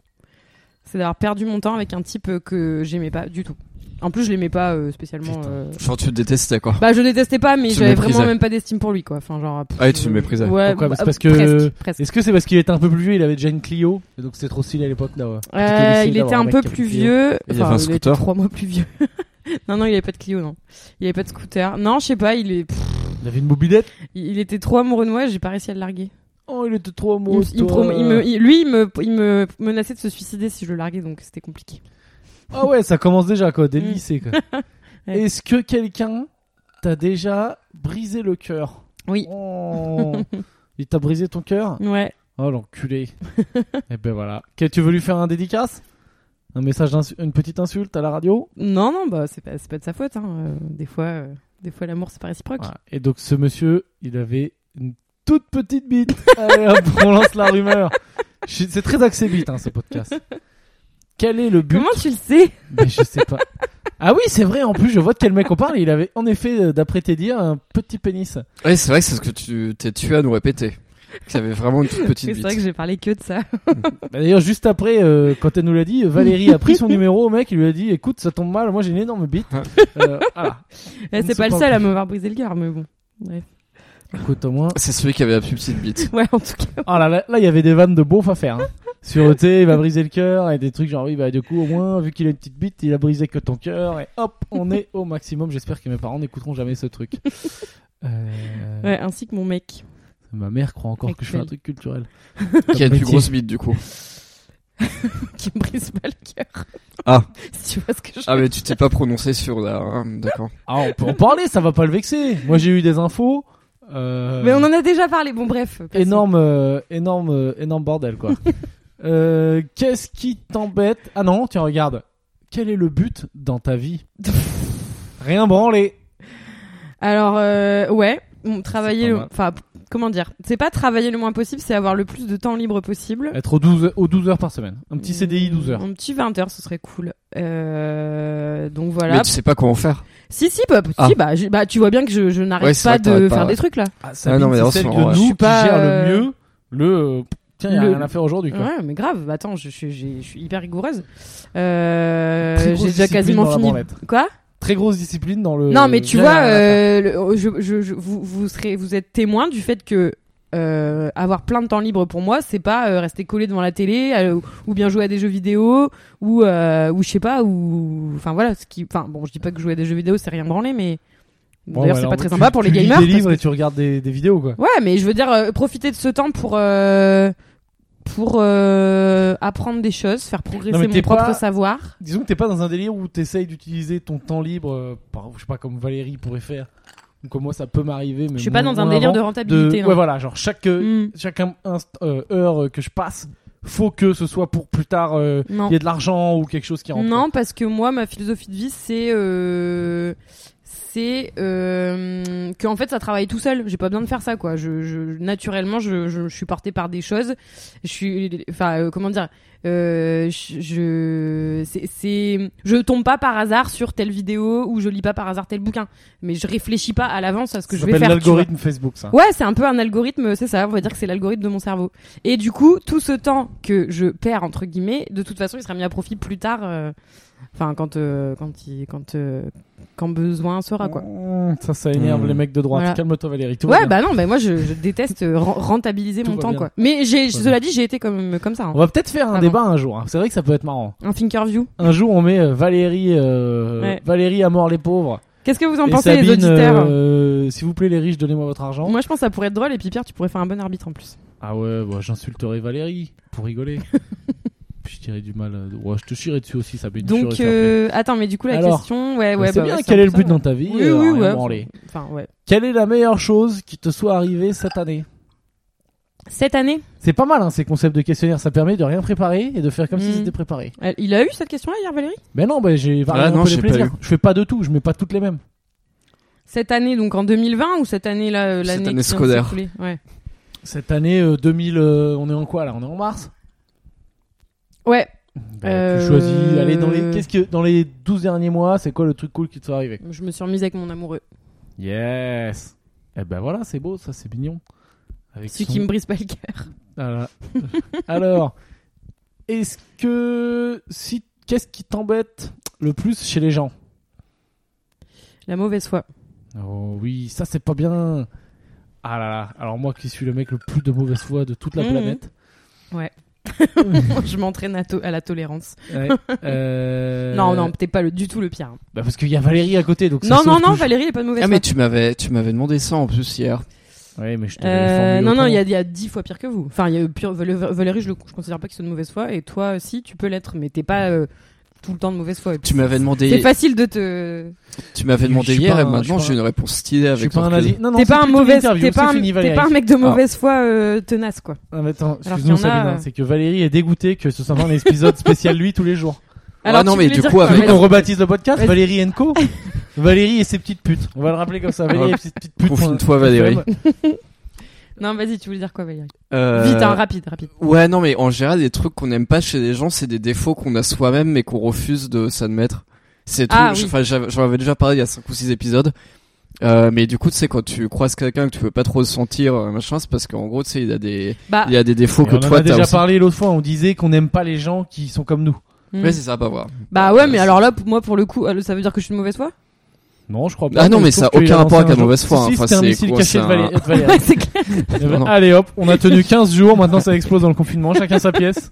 S1: C'est d'avoir perdu mon temps avec un type euh, que j'aimais pas du tout. En plus, je l'aimais pas euh, spécialement.
S2: Putain.
S1: euh,
S3: Genre, tu le détestais, quoi.
S1: Bah, je le détestais pas, mais
S3: Tu
S1: j'avais
S3: méprisais.
S1: vraiment même pas d'estime pour lui, quoi. Enfin, genre. pff,
S3: Ah, et tu le
S1: euh,
S3: méprisais.
S1: Ouais,
S2: Pourquoi Parce-
S1: bah,
S2: parce que-
S1: Presque, presque.
S2: Est-ce que c'est parce qu'il était un peu plus vieux, il avait déjà une Clio Et donc c'était trop stylé à l'époque là. ouais. Quand t'étais au
S1: Euh,
S2: lycée,
S1: il était
S2: d'avoir
S1: un
S2: mec
S1: peu
S2: qui avait
S1: plus
S2: une Clio.
S1: vieux.
S3: Il avait un
S1: il était
S3: scooter.
S1: trois mois plus vieux. non, non, il avait pas de Clio, non. Il avait pas de scooter. Non, je sais pas, il, est... pff,
S2: Il avait une mobilette.
S1: il était trop amoureux de moi, j'ai pas réussi à le larguer.
S2: Oh, il était trop
S1: Il me-
S2: amoureux. de
S1: il me
S2: toi.
S1: prom- il me- il- lui, il me, il me menaçait de se suicider si je le larguais, donc c'était compliqué.
S2: Ah ouais, ça commence déjà quoi, dès le
S1: Mm.
S2: lycée quoi.
S1: Ouais.
S2: Est-ce que quelqu'un t'a déjà brisé le cœur
S1: Oui. Mm.
S2: Oh. Il t'a brisé ton cœur
S1: Ouais.
S2: Oh l'enculé. Et ben voilà. Ok, tu veux lui faire un dédicace Un message, d'insu- une petite insulte à la radio
S1: Non, non, bah c'est pas, c'est pas de sa faute. hein. Euh, des fois, euh, des fois l'amour c'est pas réciproque.
S2: Voilà. Et donc ce monsieur, il avait une toute petite bite. Allez hop, on lance la rumeur. Je suis- C'est très axé bite hein, ce podcast. Quel est le but
S1: Comment tu le sais
S2: Mais je sais pas. Ah oui, c'est vrai, en plus, je vois de quel mec on parle. Il avait, en effet, euh, d'après tes dires, un petit pénis.
S3: Ouais, c'est vrai que c'est ce que tu t'es tué à nous répéter. Que ça avait vraiment une toute petite
S1: C'est
S3: bite.
S1: vrai que j'ai parlé que de ça.
S2: Bah, D'ailleurs, juste après, euh, quand elle nous l'a dit, Valérie a pris son numéro au mec, il lui a dit, écoute, ça tombe mal, moi j'ai une énorme bite.
S3: Ah.
S2: Euh, voilà.
S1: Eh,
S2: On ne
S1: c'est
S2: se
S1: pas le
S2: parle
S1: seul à
S2: plus.
S1: m'avoir brisé le cœur, mais bon. Bref.
S2: Écoute, au moins.
S3: C'est celui qui avait la plus petite bite.
S1: Ouais, en tout cas.
S2: Ah là, là, là, il y avait des vannes de beauf à faire. hein. Sur, tu sais, il va briser le cœur et des trucs genre, oui, bah, du coup, au moins, vu qu'il a une petite bite, il a brisé que ton cœur et hop, on est au maximum. J'espère que mes parents n'écouteront jamais ce truc. Euh,
S1: Ouais, ainsi que mon mec.
S2: Ma mère croit encore que je fais un
S1: Actuel.
S2: truc culturel.
S3: qui a une
S2: Métier.
S3: plus grosse bite, du coup.
S1: qui me brise pas le cœur.
S3: Ah.
S1: si tu vois ce que je
S3: Ah, mais tu t'es pas prononcé sur la. hein, D'accord.
S2: Ah, on peut en parler, ça va pas le vexer. Moi, j'ai eu des infos. euh,
S1: Mais on en a déjà parlé. Bon, bref. passons.
S2: énorme, euh, énorme, euh, énorme bordel, quoi. Euh, Qu'est-ce qui t'embête Ah non, tiens, regarde. Quel est le but dans ta vie Rien branler.
S1: Alors, euh, ouais. bon, Travailler.
S2: C'est pas
S1: le-
S2: mal.
S1: Enfin, p- comment dire C'est pas travailler le moins possible, c'est avoir le plus de temps libre possible.
S2: Être aux 12, aux 12 heures par semaine. Un petit CDI 12 heures.
S1: Un petit 20 heures, ce serait cool. Euh, donc
S3: Mais
S1: voilà.
S3: tu sais pas quoi en faire.
S1: Si, si, bah,
S3: Ah.
S1: si, bah, je- bah, tu vois bien que je, je n'arrive
S3: Ouais, c'est
S1: pas
S3: vrai que t'arrêtes
S1: de
S3: pas,
S1: faire
S3: ouais.
S1: des trucs là.
S2: Ah,
S3: Ah non, mais
S2: c'est
S3: alors,
S2: celle
S3: c'est
S2: de
S3: marrant,
S2: nous
S1: ouais. Je suis
S2: qui
S1: pas,
S2: gère
S1: euh,
S2: le mieux le... euh, Tiens, y a
S1: le-
S2: rien à faire aujourd'hui, quoi.
S1: Ouais, mais grave, bah, attends, je, suis- j'ai- je suis hyper rigoureuse. Euh,
S2: Très grosse
S1: j'ai déjà
S2: discipline
S1: quasiment
S2: dans la
S1: fini.
S2: branlette.
S1: Quoi
S2: Très grosse discipline dans le...
S1: Non, mais tu
S2: Rien
S1: vois,
S2: à faire.
S1: euh, le- je, je- je- vous, vous, serez, vous êtes témoin du fait que euh, avoir plein de temps libre pour moi, c'est pas euh, rester collé devant la télé euh, ou- ou bien jouer à des jeux vidéo ou, euh, ou je sais pas, ou. Enfin voilà, ce qui. Enfin bon, je dis pas que jouer à des jeux vidéo c'est rien branler, mais.
S2: Bon,
S1: D'ailleurs, c'est
S2: bah, alors,
S1: pas très
S2: tu-
S1: sympa pour les
S2: tu lis
S1: gamers.
S2: des
S1: parce
S2: livres
S1: que-
S2: et tu regardes des des vidéos, quoi.
S1: Ouais, mais je veux dire, euh, profiter de ce temps pour, euh, pour euh, apprendre des choses, faire progresser
S2: Non, mais
S1: mon
S2: t'es
S1: propre
S2: pas-
S1: savoir.
S2: Disons que t'es pas dans un délire où t'essayes d'utiliser ton temps libre, euh, par, je sais pas, comme Valérie pourrait faire, ou comme moi ça peut m'arriver. mais
S1: Je suis pas
S2: moins-
S1: dans un
S2: moins
S1: délire
S2: avant,
S1: de rentabilité. non.
S2: Ouais, voilà, genre chaque, euh,
S1: Mm.
S2: chaque in- inst- euh, heure euh, que je passe, faut que ce soit pour plus tard, euh, qu'il
S1: Non.
S2: y ait de l'argent ou quelque chose qui rentre.
S1: Non, parce que moi, ma philosophie de vie, c'est euh, c'est euh, que en fait, ça travaille tout seul. J'ai pas besoin de faire ça, quoi. Je, je- naturellement, je, je, je suis portée par des choses. Je suis, enfin, euh, comment dire, euh, je, je c'est- c'est, je tombe pas par hasard sur telle vidéo ou je lis pas par hasard tel bouquin. Mais je réfléchis pas à l'avance à ce que
S2: Ça
S1: je vais
S2: s'appelle
S1: faire. tu vois.
S2: l'algorithme Facebook, ça.
S1: Ouais, c'est un peu un algorithme, c'est ça, on va dire que c'est l'algorithme de mon cerveau. Et du coup, tout ce temps que je perds, entre guillemets, de toute façon, il sera mis à profit plus tard, euh, enfin, quand, euh, quand, il, quand, euh, quand besoin sera, quoi.
S2: Mmh, Ça, ça énerve
S3: Mmh.
S2: les mecs de droite.
S1: Voilà.
S2: Calme-toi, Valérie. tout va
S1: Ouais,
S2: bien.
S1: bah non, bah moi, je, je déteste euh, ren- rentabiliser
S2: Tout
S1: mon
S2: va
S1: temps,
S2: bien.
S1: quoi. Mais j'ai,
S2: Tout va
S1: cela dit, j'ai été comme, comme ça, hein.
S2: On va peut-être faire un
S1: Pardon.
S2: débat un jour. hein. C'est vrai que ça peut être marrant.
S1: Un thinker view.
S2: Un jour, on met euh, Valérie, euh,
S1: Ouais.
S2: Valérie à mort les pauvres.
S1: Qu'est-ce que vous en
S2: Et
S1: pensez, les
S2: Sabine,
S1: auditeurs
S2: euh, S'il vous plaît, les riches, donnez-moi votre argent.
S1: Moi, je pense que ça pourrait être drôle, et puis Pierre, tu pourrais faire un bon arbitre en plus.
S2: Ah ouais, bah, j'insulterai Valérie pour rigoler. Puis je dirais du mal. euh, ouais, je te chierai dessus aussi, Sabine. je
S1: Donc,
S2: serai fair-play.
S1: euh, attends, mais du coup, la
S2: Alors,
S1: question. Ouais, ouais,
S2: c'est
S1: bah
S2: bien.
S1: ouais,
S2: quel est le
S1: simple,
S2: but
S1: ça.
S2: dans ta vie
S1: Oui,
S2: euh,
S1: oui,
S2: rien
S1: ouais.
S2: à branler.
S1: Enfin, ouais.
S2: Quelle est la meilleure chose qui te soit arrivée cette année
S1: Cette année,
S2: C'est pas mal, hein, ces concepts de questionnaire. Ça permet de rien préparer et de faire comme si
S1: Mm.
S2: c'était préparé.
S1: elle- il a eu cette question hier, Valérie
S2: Mais non, bah, j'ai varié
S3: Ah
S2: un
S3: non,
S2: peu les
S3: j'ai pas
S2: plaisirs.
S3: eu.
S2: Je fais pas de tout, je mets pas toutes les mêmes.
S1: Cette année, donc en 2020 ou cette année-là euh,
S3: Cette
S1: l'année
S3: année
S1: qui vient de
S3: scolaire.
S1: s'écouler Ouais.
S2: Cette année euh, 2000, euh, on est en quoi là On est en mars
S1: Ouais,
S2: bah,
S1: Euh,
S2: Tu choisis, allez, dans les, qu'est-ce que, dans les 12 derniers mois, c'est quoi le truc cool qui te soit arrivé
S1: je me suis remise avec mon amoureux.
S2: Yes Eh ben voilà, c'est beau, ça c'est mignon. Avec
S1: Celui
S2: son-
S1: qui me brise pas le cœur.
S2: Voilà. Alors, est-ce que. Si, Qu'est-ce qui t'embête le plus chez les gens
S1: La mauvaise foi.
S2: Oh oui, ça c'est pas bien. Ah là là, alors moi qui suis le mec le plus de mauvaise foi de toute la
S1: Mhm.
S2: planète.
S1: je m'entraîne à, to- à la tolérance.
S2: Ouais, euh,
S1: Non, non, t'es pas le, du tout le pire.
S2: Bah parce qu'il y a Valérie à côté, donc ça
S1: Non,
S2: sauve
S1: non,
S2: tout.
S1: non, Valérie, il est pas de mauvaise
S3: Ah
S1: foi.
S3: mais tu m'avais tu m'avais demandé ça en plus hier.
S2: Ouais, mais je te
S1: Euh,
S2: formule
S1: non, non,
S2: autrement.
S1: il y a, il y a dix fois pire que vous. Enfin, il y a pire- Val- Valérie, je, le, je considère pas qu'il soit de mauvaise foi, et toi aussi, tu peux l'être, mais t'es pas euh, tout le temps de mauvaise foi. Et puis,
S3: Tu m'avais
S1: C'est
S3: demandé
S1: facile de te.
S3: tu m'avais
S2: Je
S3: demandé
S2: suis
S3: hier
S2: pas un-
S3: et
S2: je suis
S3: maintenant
S2: pas
S3: j'ai
S2: un-
S3: une réponse stylée
S2: Je suis
S3: avec
S2: pas un
S3: votre-
S2: nazi. Non, non,
S1: T'es
S2: c'est
S1: pas un
S2: plus une
S1: mauvaise,
S2: interview,
S1: t'es pas,
S2: c'est
S1: un-
S2: fini,
S1: t'es
S2: Valérie.
S1: pas un mec de
S3: Ah.
S1: mauvaise foi euh, tenace, quoi.
S2: Ah, mais attends,
S1: Alors
S2: excuse-nous,
S1: qu'il y en a,
S2: Sabine, hein,
S1: euh.
S2: c'est que Valérie est dégoûtée que ce soit pas un épisode spécial lui tous les jours.
S3: Ah non,
S1: tu
S3: mais
S1: voulais
S3: du
S1: dire
S3: coup,
S1: quoi,
S3: avec-
S1: Valérie
S2: On rebaptise le podcast
S1: Vas-y.
S2: Valérie Enco. Valérie et ses petites putes. On va le rappeler comme ça. Valérie et ses petites putes.
S3: Confine-toi, Valérie.
S1: Non, vas-y, tu voulais dire quoi, Valérie
S3: Euh,
S1: Vite, hein, rapide, rapide.
S3: Ouais, non, mais en général, les trucs qu'on n'aime pas chez les gens, c'est des défauts qu'on a soi-même mais qu'on refuse de s'admettre. C'est tout.
S1: Ah, oui.
S3: Enfin, j'av- j'en avais déjà parlé il y a 5 ou 6 épisodes. Euh, mais du coup, tu sais, quand tu croises quelqu'un que tu veux pas trop sentir, euh, machin, c'est parce qu'en gros, tu sais, il a des,
S1: Bah,
S3: il y a des défauts
S2: On
S3: que
S2: en
S3: toi
S2: a
S3: t'as
S2: déjà
S3: aussi.
S2: parlé l'autre fois. On disait qu'on n'aime pas les gens qui sont comme nous.
S1: hmm.
S3: Ouais, c'est ça, pas voir.
S1: bah ouais, mais
S3: Euh,
S1: alors là, pour moi, pour le coup, euh, ça veut dire que je suis de mauvaise foi
S2: Non, je crois pas.
S3: Ah non, mais
S2: je trouve
S3: ça a
S2: qu'il
S3: aucun
S2: a lancé
S3: rapport avec
S2: un
S3: la
S2: jour-
S3: mauvaise foi,
S2: Si,
S3: hein.
S2: si,
S3: Enfin,
S2: c'était un
S3: c'est
S2: missile
S3: quoi,
S2: caché
S3: c'est
S2: de Valé- de Valérie.
S1: Ouais, c'est clair.
S3: Non, non.
S2: Allez hop, on a tenu 15 jours. Maintenant, ça explose dans le confinement. Chacun sa pièce.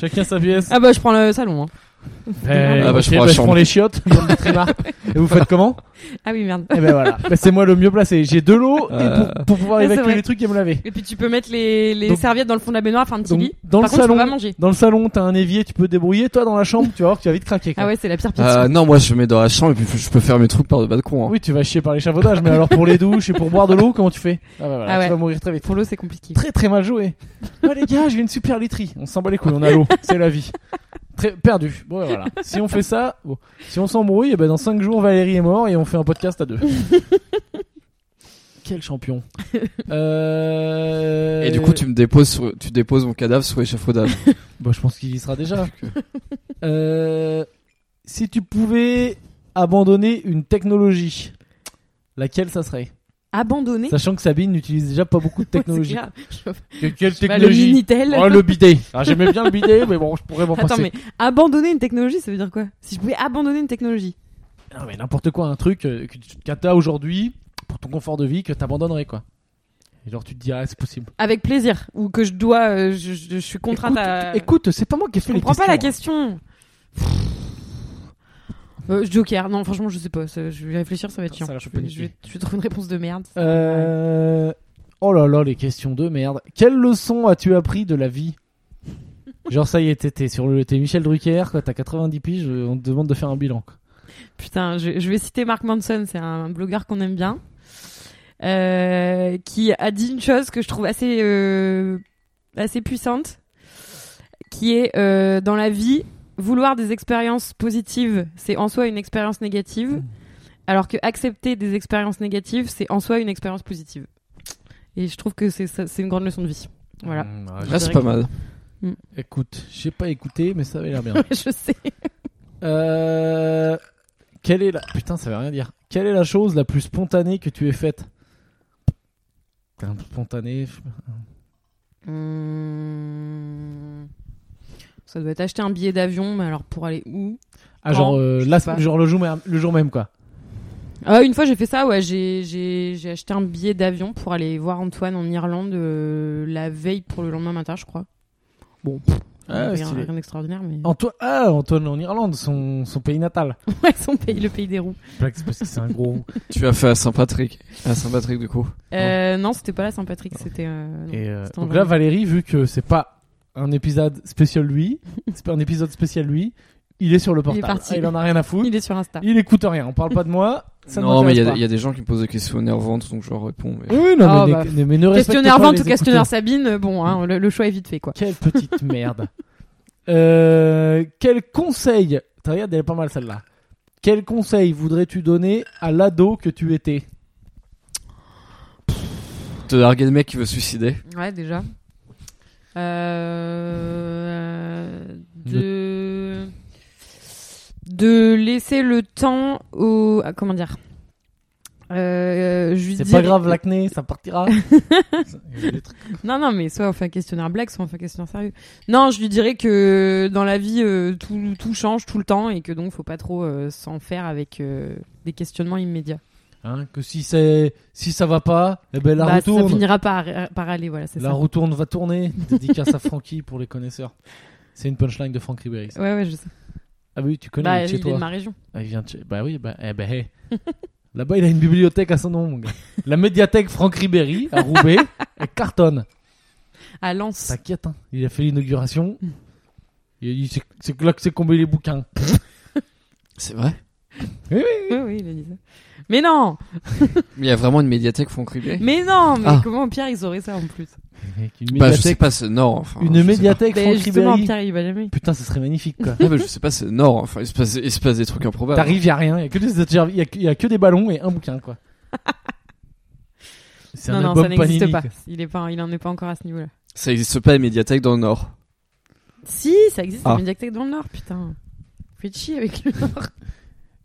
S2: Chacun sa pièce.
S1: Ah bah, je prends le salon. hein.
S2: Eh,
S3: Ah bah,
S2: ok,
S3: je prends la chambre.
S2: les chiottes. bande de trémards. Et vous faites comment
S1: Ah oui, merde.
S2: Eh ben voilà. Bah, c'est moi le mieux placé. J'ai de l'eau et pour, pour pouvoir
S1: Ouais, Euh. c'est
S2: évacuer
S1: vrai.
S2: les trucs et me laver.
S1: Et puis, tu peux mettre les, les
S2: Donc-
S1: serviettes dans le fond de la baignoire, faire un petit
S2: Donc,
S1: lit.
S2: dans
S1: Par contre,
S2: le
S1: tu peux
S2: salon-
S1: pas manger.
S2: Dans le salon, t'as un évier, tu peux te débrouiller. Toi, dans la chambre, tu vas voir que tu vas vite craquer. quoi.
S1: Ah ouais, c'est la pire pitié.
S3: Euh, non, moi, je mets dans la chambre et puis je peux faire mes trucs par le balcon. hein.
S2: Oui, tu vas chier par l'échafaudage, mais alors pour les douches et pour boire de l'eau, comment tu fais Ah bah voilà,
S1: Ah ouais.
S2: tu vas mourir très vite.
S1: Pour l'eau, c'est compliqué.
S2: Très très mal joué. Oh les gars, j'ai une super literie. On s'en bat les couilles, on a l'eau, c'est la vie. Très perdu. Bon, ouais, voilà. Si on fait ça, bon. si on s'embrouille, eh ben dans 5 jours Valérie est mort et on fait un podcast à deux. Quel champion. Euh...
S3: Et du coup, tu me déposes, sur- tu déposes mon cadavre sur l'échafaudage.
S2: Bah, je pense qu'il y sera déjà. Euh, si tu pouvais abandonner une technologie, laquelle ça serait
S1: Abandonné.
S2: Sachant que Sabine n'utilise déjà pas beaucoup de
S1: Ouais, c'est
S2: technologies.
S1: clair. Je-
S2: Que- quelle
S1: bah, le
S2: technologie
S1: Minitel.
S2: Oh, le bidet. Ah, J'aimais bien le bidet, mais bon, je pourrais m'en passer.
S1: Attends, mais abandonner une technologie, ça veut dire quoi Si je pouvais abandonner une technologie.
S2: Non, mais n'importe quoi, un truc euh, que tu- que t'as aujourd'hui pour ton confort de vie que t'abandonnerais, quoi. Et genre, tu te dirais, ah, c'est possible.
S1: Avec plaisir. Ou que je dois. euh, je, je- je suis contrainte
S2: écoute,
S1: à.
S2: écoute, c'est pas moi qui ai
S1: je
S2: fait les
S1: comprends
S2: questions.
S1: pas la question. Euh, Joker, non, franchement, je sais pas. ça- je vais réfléchir, ça va être
S2: Ah, Ça
S1: chiant.
S2: va leur
S1: je,
S2: choper
S1: vais,
S2: les
S1: je vais-
S2: pieds.
S1: je vais trouver une réponse de merde.
S2: Euh... Oh là là, les questions de merde. Quelle leçon as-tu appris de la vie Genre ça y est, t'es- t'es sur le, t'es Michel Drucker, quoi. T'as 90 piges, euh, on te demande de faire un bilan. quoi.
S1: Putain, je, je vais citer Mark Manson, c'est un blogueur qu'on aime bien, euh, qui a dit une chose que je trouve assez, euh, assez puissante, qui est euh, dans la vie, vouloir des expériences positives, c'est en soi une expérience négative, alors que accepter des expériences négatives, c'est en soi une expérience positive. Et je trouve que c'est ça- c'est une grande leçon de vie. Voilà.
S2: Mm, ouais,
S3: Ah, c'est pas mal.
S2: Écoute, j'ai pas écouté, mais ça avait l'air bien.
S1: je sais.
S2: euh... Quelle est la putain, ça veut rien dire. Quelle est la chose la plus spontanée que tu aies faite T'es un peu spontané. je-
S1: Hum, Ça doit être acheter un billet d'avion, mais alors pour aller où
S2: Ah genre
S1: Quand
S2: euh,
S1: Je
S2: la-
S1: sais pas.
S2: genre le jour même, le jour même quoi.
S1: Ah, une fois, j'ai fait ça, ouais. J'ai, j'ai, j'ai acheté un billet d'avion pour aller voir Antoine en Irlande euh, la veille pour le lendemain matin, je crois. Bon, pff,
S2: Ah,
S1: Rien-
S2: stylé.
S1: rien d'extraordinaire, mais.
S2: Antoine, ah, Antoine en Irlande, son, son pays natal.
S1: Ouais, son pays, le pays des roues.
S2: Blague, c'est parce que c'est un gros roux.
S3: Tu as fait à Saint-Patrick. À Saint-Patrick, du coup.
S1: Euh, non, c'était pas là Saint-Patrick, c'était. euh, non.
S2: Oh. Et euh,
S1: C'est en
S2: donc là,
S1: Vendée.
S2: Valérie, vu que c'est pas un épisode spécial lui, c'est pas un épisode spécial lui, il est sur
S1: Il
S2: le
S1: est
S2: portable.
S1: parti.
S2: Ah, il en a rien à foutre.
S1: Il est sur Insta.
S2: Il écoute rien. On parle pas de moi. Ça ne
S3: non, mais il y, a
S2: m'intéresse Hein
S3: des- il y a des gens qui me posent des questions énervantes, donc je leur réponds.
S2: pas.
S3: Mais...
S2: Oui, non,
S1: Ah,
S2: mais,
S1: bah.
S2: ne- mais ne respectez
S1: Questionnaire
S2: pas
S1: Vente
S2: les
S1: ou questionnaire
S2: écouteurs.
S1: Sabine, euh, bon, hein, le, le choix est vite fait, quoi.
S2: Quelle petite merde. Euh, quel conseil. T'as regardé, elle est pas mal celle-là. Quel conseil voudrais-tu donner à l'ado que tu étais
S3: Te larguer le mec qui veut se suicider.
S1: Ouais, déjà. Euh, de de laisser le temps au ah, comment dire euh, je lui
S2: C'est
S1: dirais-
S2: pas grave, l'acné, ça partira. Il y a des trucs.
S1: Non, non, mais soit on fait un questionnaire blague, soit on fait un questionnaire sérieux. Non, je lui dirais que dans la vie, euh, tout, tout change tout le temps et que donc faut pas trop euh, s'en faire avec euh, des questionnements immédiats.
S2: Hein, que si, c'est- si ça va pas, eh ben, la
S1: Bah,
S2: roue
S1: ça
S2: tourne.
S1: finira par, euh, par aller, voilà, c'est
S2: La
S1: ça.
S2: roue tourne, va tourner. Dédicace à Francky pour les connaisseurs. C'est une punchline de Franck Ribéry. ça.
S1: Ouais, ouais, je sais.
S2: Ah oui, tu connais
S1: Bah,
S2: il est de
S1: il
S2: chez
S1: est de
S2: toi.
S1: ma région.
S2: Ah, il vient de chez- Bah oui, bah, eh ben, hey. là-bas il a une bibliothèque à son nom. mon gars. La médiathèque Franck Ribéry à Roubaix, elle cartonne.
S1: À Lens.
S2: T'inquiète, hein. il a fait l'inauguration. Il- il- c'est- C'est là que c'est combé les bouquins.
S3: C'est vrai.
S1: Oui, oui, il a dit ça. Mais non
S3: Mais il y a vraiment une médiathèque Francribé.
S1: Mais non Mais
S3: Ah.
S1: comment Pierre, ils auraient ça en plus
S2: Avec Une
S3: Bah, je sais
S2: médiathèque,
S3: pas, c'est Nord. Enfin, je
S2: une
S3: sais
S2: médiathèque
S1: Mais
S2: Franck
S1: Ben, Justement,
S2: Ribéry.
S1: Pierre, il va jamais.
S2: Putain, ce serait magnifique quoi.
S3: pas. Ah, bah, je sais pas, c'est Nord. Enfin, il se passe, il se passe des trucs
S1: Bah
S3: improbables.
S2: T'arrives, y a rien. Il y a que des il y a que- il y a que des ballons et un bouquin quoi. C'est
S1: Non,
S2: un
S1: non,
S2: album
S1: ça n'existe
S2: Panini,
S1: pas.
S2: quoi.
S1: Il, est pas. il en est pas encore à ce niveau-là.
S3: Ça existe pas, les médiathèques dans le Nord.
S1: Si, ça existe,
S3: Ah.
S1: la médiathèque dans le Nord, putain. Faites chier avec le Nord.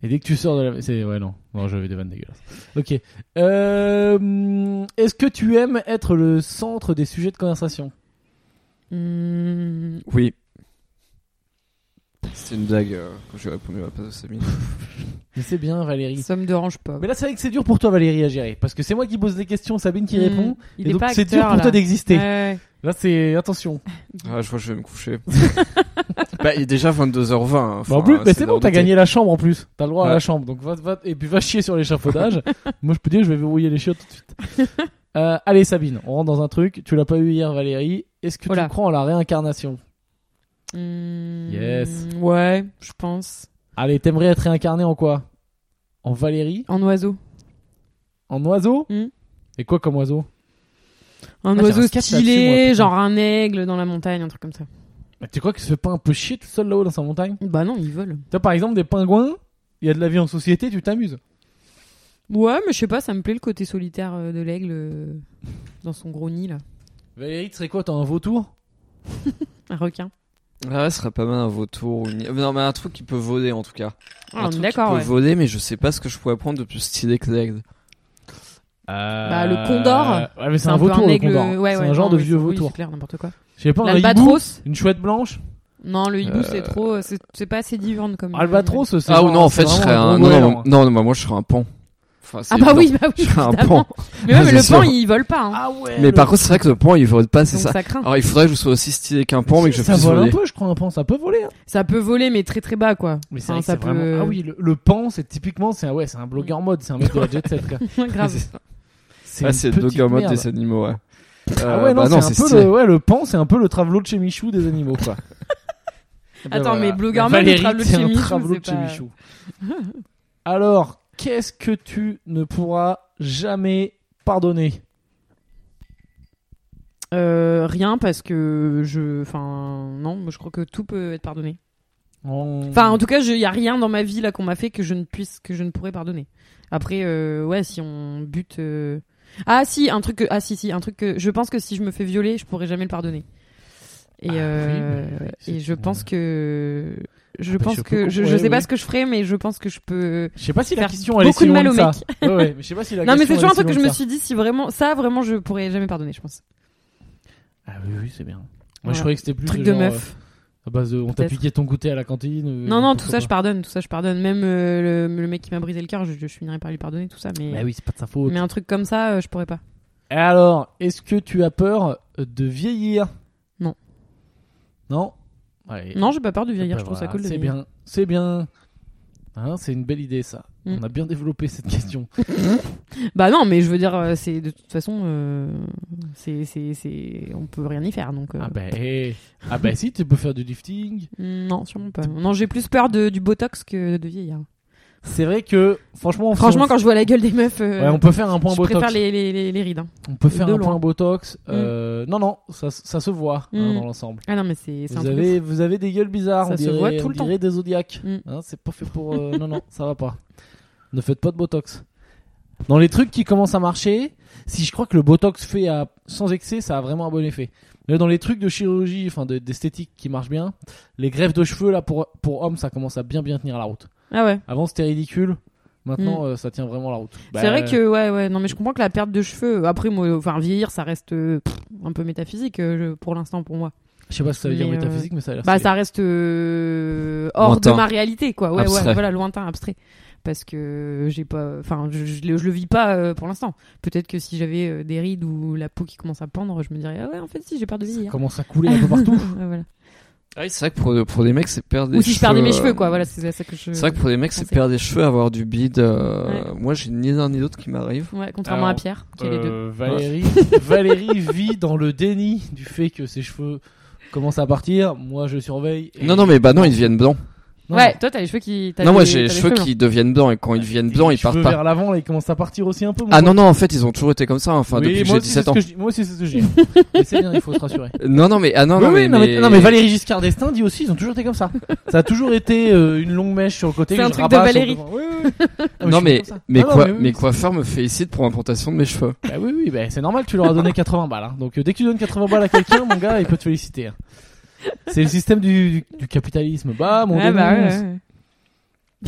S2: Et dès que tu sors de la. C'est... Ouais, non. Non, j'avais des vannes dégueulasses. Ok. Euh, Est-ce que tu aimes être le centre des sujets de conversation
S1: Hmm,
S3: Oui. C'est une blague euh, quand j'ai répondu à la place de Sabine.
S2: Mais c'est bien, Valérie.
S1: ça me dérange pas.
S2: Mais là, c'est vrai que c'est dur pour toi, Valérie, à gérer. Parce que c'est moi qui pose des questions, Sabine qui
S1: Hmm,
S2: répond.
S1: Il
S2: et
S1: est
S2: donc,
S1: pas
S2: c'est dur
S1: acteur,
S2: pour
S1: là.
S2: toi d'exister.
S1: Ouais,
S2: Là, c'est. Attention.
S3: Ah, je crois que je vais me coucher. bah, il est déjà 22h20. hein.
S2: Bah, en
S3: Enfin,
S2: plus, mais c'est
S3: l'heure
S2: bon,
S3: de
S2: t'as
S3: thé.
S2: gagné la chambre en plus. T'as le droit à la
S3: Ouais.
S2: chambre. Donc, va, va- Et puis, va chier sur l'échafaudage. moi, je peux dire, je vais verrouiller les chiottes tout de suite. Euh, allez, Sabine, on rentre dans un truc. Tu l'as pas eu hier, Valérie. Est-ce que
S1: Oh là.
S2: tu crois en la réincarnation
S1: ouais. Hmm,
S2: Yes.
S1: Ouais, je pense.
S2: Allez, t'aimerais être réincarné en quoi En Valérie
S1: En oiseau.
S2: En oiseau
S1: Hmm.
S2: Et quoi comme oiseau
S1: Un
S2: Ah, j'ai
S1: oiseau
S2: un sketch là-dessus, moi,
S1: stylé,
S2: putain.
S1: genre un aigle dans la montagne, un truc comme ça.
S2: Bah, Tu crois qu'il se fait pas un peu chier tout seul là-haut dans sa montagne
S1: Bah non, ils volent.
S2: Toi, par exemple, des pingouins, il y a de la vie en société, tu t'amuses.
S1: Ouais, mais je sais pas, ça me plaît le côté solitaire euh, de l'aigle euh, dans son gros nid là.
S2: Valérie, tu serais quoi T'as un vautour
S1: Un requin.
S3: Ah, ouais, ce serait pas mal un vautour. ou une- Non, mais un truc qui peut voler en tout cas.
S1: Ah,
S3: un
S1: on est
S3: truc
S1: d'accord,
S3: qui
S1: ouais.
S3: peut voler, mais je sais pas ce que je pourrais prendre de plus stylé que l'aigle.
S2: Bah,
S1: le condor.
S2: Ouais, mais c'est
S1: un,
S2: un,
S1: peu
S2: vautour,
S1: un
S2: le
S1: aigle.
S2: condor.
S1: ouais,
S2: c'est
S1: ouais,
S2: un genre
S1: non,
S2: de
S1: mais
S2: vieux
S1: c'est- oui,
S2: vautour.
S1: c'est clair, n'importe quoi.
S2: Je sais pas, un hibou,
S1: L'albatros.
S2: une chouette blanche.
S1: Non, le hibou
S3: Euh,
S1: c'est trop, euh, c'est c'est pas assez divin comme.
S2: Albatros, c'est.
S3: Ah, ou
S2: genre-
S3: non, en fait,
S2: c'est
S3: je serais
S2: vraiment
S3: un.
S2: gros
S3: Non,
S2: goéland,
S3: non,
S2: hein.
S3: non, non, moi je serais un pan. Enfin, c'est
S1: Ah bah oui,
S3: évident.
S1: bah
S3: Je
S1: oui.
S3: serais un
S1: évidemment.
S3: pan.
S1: Mais ouais,
S3: Ah,
S1: mais
S3: c'est
S1: le pan
S3: sûr.
S1: il vole pas. Hein.
S2: Ah ouais.
S3: Mais
S2: le-
S3: par contre, c'est vrai que le pan il vole pas, c'est
S1: Donc
S3: ça.
S1: ça. craint.
S3: Alors, il faudrait que je sois aussi stylé qu'un pan, mais que je
S2: ça
S3: puisse
S2: vole un
S3: voler.
S2: peu, je crois, un pan. Ça peut voler. hein.
S1: Ça peut voler, mais très très bas quoi.
S2: Mais c'est
S1: Enfin,
S2: vrai que
S1: ça
S2: c'est vraiment. Ah oui, le, le pan, c'est typiquement, c'est un, ouais, c'est un blogueur mode, c'est un mec de la jet set. quoi.
S1: Grave.
S3: Ah, C'est ça.
S2: C'est
S3: Ah,
S2: une
S3: c'est le
S2: petite
S3: dogger mode
S2: merde.
S3: des animaux, ouais.
S2: Ah
S3: Euh,
S2: ouais, non,
S3: bah
S2: c'est un peu
S3: stylé.
S2: le, ouais, le pan, c'est un peu le travelot de chez Michou des animaux, quoi. Eh ben
S1: Attends, mais Blogueur Mode, le
S2: Valérie,
S1: travelot de
S2: c'est
S1: chez
S2: un
S1: Michou,
S2: travelot
S1: c'est
S2: de chez
S1: pas-
S2: Michou. Alors, qu'est-ce que tu ne pourras jamais pardonner
S1: Euh, rien parce que je, enfin non, moi, je crois que tout peut être pardonné. Enfin, en tout cas, il y a rien dans ma vie là qu'on m'a fait que je ne puisse, que je ne pourrais pardonner. Après, euh, ouais, si on bute. euh, Ah si, un truc. que- Ah si, si, un truc que je pense que si je me fais violer, je pourrais jamais le pardonner. Et,
S2: Ah, oui,
S1: euh,
S2: mais oui, c'est
S1: et je
S2: une-
S1: pense que je
S2: bah,
S1: pense
S2: je peux
S1: que je,
S2: comprendre,
S1: je
S2: ouais,
S1: sais pas
S2: oui.
S1: ce que je ferai, mais je pense que je peux.
S2: je sais pas si la
S1: faire
S2: question elle est
S1: beaucoup
S2: si
S1: de
S2: loin
S1: mal
S2: de
S1: au
S2: ça.
S1: mec.
S2: Ouais, ouais, mais je sais pas si la
S1: Non, mais c'est toujours
S2: question,
S1: un
S2: elle est
S1: truc que
S2: si
S1: je
S2: loin
S1: me
S2: de ça.
S1: suis dit si vraiment ça, vraiment, je pourrais jamais pardonner, je pense.
S2: Ah oui, oui, c'est bien. Moi, je
S1: Voilà.
S2: croyais que c'était plus
S1: Truc de
S2: genre,
S1: meuf.
S2: euh, à base de, on t'a
S1: Peut-être.
S2: piqué ton goûter à la cantine. euh,
S1: non, non,
S2: pourquoi
S1: tout ça,
S2: pas.
S1: je pardonne, tout ça, je pardonne. Même euh, le, le mec qui m'a brisé le cœur, je, je finirai par lui pardonner tout ça, mais
S2: Bah oui, c'est pas de sa faute.
S1: mais un truc comme ça, euh, je pourrais pas.
S2: Et Alors, est-ce que tu as peur de vieillir
S1: Non.
S2: Non Ouais, et-
S1: Non, j'ai pas peur du vieillard,
S2: Bah
S1: je trouve ça
S2: voilà,
S1: cool. de
S2: C'est
S1: vieillir.
S2: bien, c'est bien. Hein, c'est une belle idée ça.
S1: Mm.
S2: On a bien développé cette question.
S1: Bah non, mais je veux dire, euh, c'est de toute façon, euh, c'est, c'est, c'est, on peut rien y faire donc. euh,
S2: Ah bah, eh. ah bah si, tu peux faire du lifting.
S1: Non, sûrement pas. Non, j'ai plus peur de, du botox que de vieillard.
S2: C'est vrai que franchement, si
S1: Franchement,
S2: on...
S1: quand je vois la gueule des meufs, euh,
S2: Ouais, on peut faire un point
S1: je
S2: botox.
S1: préfère les, les, les, les rides. hein.
S2: On peut faire
S1: de
S2: un
S1: loin.
S2: point botox. euh, Non non, ça, ça se voit hein,
S1: Mm.
S2: dans l'ensemble.
S1: Ah non, mais c'est, c'est un
S2: Vous
S1: truc de
S2: avez, vous avez des gueules bizarres,
S1: Ça
S2: on
S1: se
S2: dirait,
S1: voit tout
S2: on
S1: le temps.
S2: dirait des zodiacs.
S1: Mm.
S2: Hein, c'est pas fait pour. euh, non, non, ça va pas. Ne faites pas de botox. Dans les trucs qui commencent à marcher, si je crois que le botox fait à, sans excès, ça a vraiment un bon effet. Mais dans les trucs de chirurgie, enfin de- d'esthétique qui marchent bien, les greffes de cheveux là pour, pour hommes, ça commence à bien bien tenir la route.
S1: fou. Ah ouais.
S2: Avant c'était ridicule, maintenant euh, ça tient vraiment la route.
S1: Mm. c'est
S2: Bah,
S1: vrai que ouais ouais non mais je comprends que la perte de cheveux après moi enfin vieillir ça reste euh, pff, un peu métaphysique euh, je- pour l'instant pour moi
S2: Je sais pas si ça veut dire
S1: Mais, euh,
S2: métaphysique, mais ça a l'air.
S1: bah
S2: stylé.
S1: ça reste euh, hors
S3: Lointain.
S1: de ma réalité quoi ouais ouais
S3: Abstrait.
S1: voilà lointain abstrait parce que j'ai pas enfin je, je, le- je le vis pas euh, pour l'instant peut-être que si j'avais euh, des rides ou la peau qui commence à pendre je me dirais ah ouais en fait si j'ai peur de
S2: Ça
S1: vieillir
S2: commence à couler un peu partout.
S1: Ouais, voilà.
S3: Ah oui, c'est vrai que pour, pour des mecs, c'est perdre des
S1: ou si je perdais mes
S3: euh,
S1: cheveux quoi voilà c'est ça que je
S3: C'est vrai que pour des mecs, c'est
S1: pensais.
S3: perdre des cheveux, avoir du bide. euh, Moi, j'ai ni l'un ni l'autre qui m'arrive.
S1: ouais contrairement
S2: Alors,
S1: à Pierre qui a les deux
S2: Euh, Valérie, Valérie vit dans le déni du fait que ses cheveux commencent à partir. Moi, je surveille. et-
S3: Non, non, mais bah non, ils deviennent blancs.
S2: Non,
S1: ouais
S2: non.
S1: toi t'as les cheveux qui t'as
S3: Non, moi,
S1: les- hein.
S3: j'ai les
S1: t'as
S3: cheveux
S1: longs.
S3: qui deviennent blancs et quand
S2: Ah,
S3: ils deviennent blancs,
S2: Les
S3: ils partent
S2: cheveux
S3: pas.
S2: vers l'avant, là, ils commencent à partir aussi un peu. mon
S3: Ah
S2: pote.
S3: non, non, en fait, ils ont toujours été comme ça, enfin,
S2: Oui,
S3: depuis que
S2: moi
S3: j'ai
S2: aussi, c'est
S3: 17
S2: ce
S3: ans.
S2: que je dis- Moi aussi, c'est ce que j'ai. mais c'est bien, il faut se rassurer.
S3: Non, non, mais, ah non,
S2: Oui,
S3: non,
S2: oui,
S3: mais,
S2: non, mais, non, mais Valérie Giscard d'Estaing dit aussi, ils ont toujours été comme ça. Ça a toujours été euh, une longue mèche sur le côté.
S1: C'est un
S2: que je
S1: truc de
S2: rabats sur le
S1: Valérie.
S2: devant. Oui, oui, oui. Ah, je
S3: Non,
S2: suis
S3: mais,
S2: comme ça.
S3: mais
S2: Ah, non,
S3: quoi,
S2: oui,
S3: mes
S2: oui.
S3: coiffeurs me félicite pour l'implantation de mes cheveux.
S2: Bah oui, oui, bah, c'est normal, tu leur as donné 80 balles. hein. Donc euh, dès que tu donnes 80 balles à quelqu'un, mon gars, il peut te féliciter. hein. C'est le système du, du- du capitalisme. Bah, mon
S1: Ouais, bah, ouais, ouais.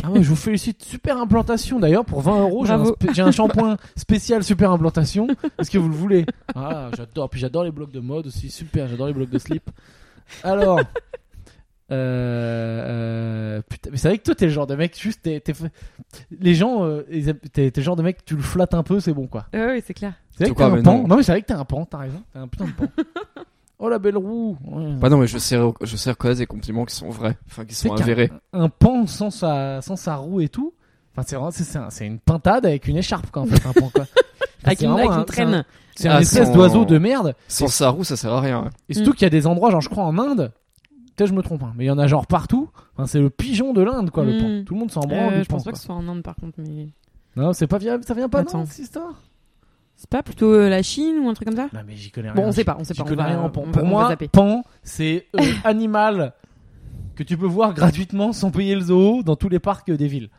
S2: Ah ouais, je vous félicite. Super implantation d'ailleurs pour 20 euros. J'ai un,
S1: Bravo.
S2: spé- j'ai un shampoing spécial super implantation. Est-ce que vous le voulez Ah, j'adore. Puis j'adore les blocs de mode aussi. Super, j'adore les blocs de slip. Alors. euh, euh, putain, mais c'est vrai que toi t'es le genre de mec juste t'es, t'es fa- les gens euh, ils aiment- t'es, t'es le genre de mec tu le flattes un peu c'est bon quoi
S1: Ouais, ouais, c'est clair
S2: c'est vrai
S3: Tout
S2: que t'es
S3: quoi,
S2: un
S3: mais
S2: pan
S3: non.
S2: non. mais c'est vrai que t'es un pan t'as raison t'es un putain de pan oh la belle roue Ouais.
S3: Bah non, mais je sais, je sais reconnaître des compliments qui sont vrais, enfin, qui
S2: C'est
S3: sont
S2: qu'un-
S3: avérés.
S2: un pan sans sa, sans sa roue et tout. Enfin, c'est vraiment, c'est- c'est, un- c'est une pintade avec une écharpe, quoi, en fait, un pan, quoi.
S1: avec
S2: C'est
S1: une,
S2: vraiment
S1: avec
S2: un-
S1: une traîne
S2: C'est un,
S3: Ah,
S2: espèce
S3: sans-
S2: d'oiseau de merde.
S3: Sans sa roue, ça sert à rien. hein.
S2: Et
S1: Mm.
S2: surtout qu'il y a des endroits, genre, je crois, en Inde. Peut-être je me trompe, hein, mais il y en a genre partout. Enfin, c'est le pigeon de l'Inde, quoi, le pan.
S1: Mm.
S2: Tout le monde s'en
S1: Euh,
S2: branle, du
S1: je
S2: pan,
S1: pense pas
S2: quoi.
S1: que ce soit en Inde par contre, mais
S2: Non, c'est pas viable, ça vient pas,
S1: Attends.
S2: non, cette histoire
S1: c'est pas plutôt euh, la Chine ou un truc comme ça
S2: Non, mais j'y connais rien.
S1: Bon, on sait pas, on sait
S2: J'y
S1: pas. on
S2: connais
S1: va-
S2: rien en pan.
S1: on va-
S2: Pour
S1: on va
S2: moi,
S1: zapper.
S2: pan, c'est euh, animal que tu peux voir gratuitement sans payer le zoo dans tous les parcs euh, des villes.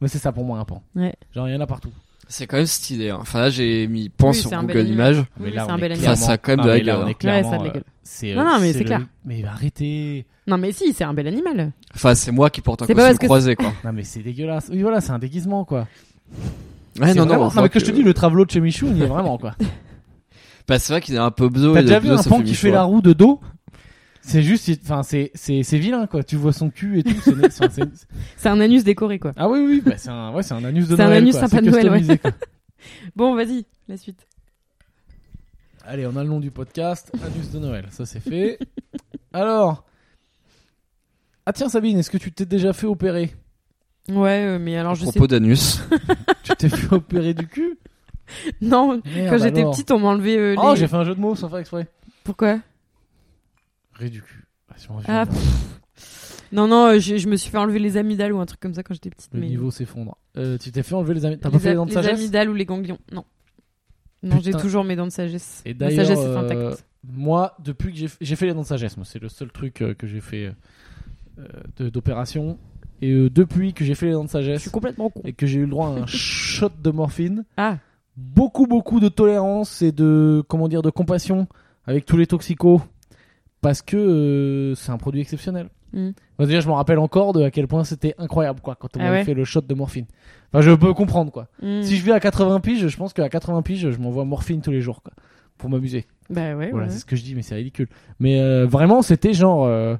S2: Mais c'est ça pour moi, un pan.
S1: Ouais.
S2: Genre, il y en a partout.
S3: C'est quand même stylé. hein. Enfin, là, j'ai mis pan
S1: Oui,
S3: sur
S1: c'est un bel
S3: Google
S1: animal.
S3: Images.
S1: Oui,
S2: Mais
S1: oui,
S2: là,
S1: c'est
S2: on
S1: un
S2: est
S1: bel animal.
S3: Ça, ça a quand même
S2: Non,
S3: de la
S2: mais là,
S3: gueule,
S2: on
S3: hein.
S2: est clairement,
S1: Ouais, ça a de la
S2: euh,
S1: gueule.
S2: c'est,
S1: Non, non, mais c'est
S2: le-
S1: clair.
S2: Mais arrêtez.
S1: Non mais si, c'est un bel animal.
S3: Enfin, c'est moi qui porte un
S1: C'est pas
S3: costume
S1: parce que-
S3: croisé, quoi.
S2: Non, mais c'est dégueulasse. Oui, voilà, c'est un déguisement, quoi.
S3: Ouais,
S2: C'est
S3: non,
S2: vraiment-
S3: non, on voit
S2: mais que je te dis, le travelot de chez Michou, il est vraiment, quoi.
S3: Bah, c'est vrai qu'il est un peu bdo.
S2: T'as
S3: et
S2: déjà
S3: le
S2: vu
S3: bdo,
S2: un
S3: ça
S2: pan qui
S3: Michou,
S2: fait la
S3: hein.
S2: roue de dos? C'est juste, il- enfin, c'est, c'est, c'est vilain, quoi. Tu vois son cul et tout. c'est- enfin, c'est-
S1: C'est un anus décoré quoi.
S2: Ah oui, oui, bah, c'est un, ouais, c'est un anus de
S1: C'est un
S2: Noël.
S1: anus
S2: quoi.
S1: sympa
S2: C'est
S1: de Noël, ouais.
S2: customisé, quoi.
S1: Bon, vas-y, la suite.
S2: Allez, on a le nom du podcast. Anus de Noël. Ça, c'est fait. Alors. Ah, tiens, Sabine, est-ce que tu t'es déjà fait opérer?
S1: Ouais, euh, mais alors je sais.
S3: propos d'anus.
S2: Tu t'es fait opérer du cul?
S1: Non, quand
S2: Merde,
S1: j'étais
S2: alors.
S1: petite, on m'enlevait euh,
S2: Oh,
S1: les-
S2: j'ai fait un jeu de mots sans faire exprès.
S1: Pourquoi
S2: Ré du cul. Ah, si on revient,
S1: Ah, Non non, euh, je, je me suis fait enlever les amygdales ou un truc comme ça quand j'étais petite.
S2: le
S1: mais...
S2: niveau s'effondre. Euh, tu t'es fait enlever les amygdales. T'as
S1: les,
S2: pas fait
S1: a-
S2: les dents de
S1: les
S2: sagesse
S1: amygdales ou les ganglions Non. Non, j'ai
S2: Putain.
S1: toujours mes dents de sagesse.
S2: Et
S1: Ma
S2: d'ailleurs,
S1: sagesse est
S2: euh,
S1: intacte.
S2: Moi, depuis que j'ai fait, j'ai fait les dents de sagesse, moi, c'est le seul truc euh, que j'ai fait euh, de- d'opération. Et euh, depuis que j'ai fait les dents de
S1: Je suis
S2: sagesse
S1: complètement con.
S2: et que j'ai eu le droit à un shot de morphine,
S1: Ah,
S2: beaucoup, beaucoup de tolérance et de, comment dire, de compassion avec tous les toxicos parce que euh, c'est un produit exceptionnel.
S1: Mm.
S2: Moi, déjà, je me rappelle encore de à quel point c'était incroyable quoi quand on
S1: Ah
S2: m'avait
S1: ouais.
S2: fait le shot de morphine. Enfin, je peux comprendre quoi.
S1: hmm.
S2: Si je vis à 80 piges, je pense qu'à 80 piges, je m'envoie morphine tous les jours quoi, pour m'amuser.
S1: bah ouais.
S2: Voilà,
S1: ouais.
S2: c'est ce que je dis, mais c'est ridicule. Mais euh, vraiment, c'était genre euh,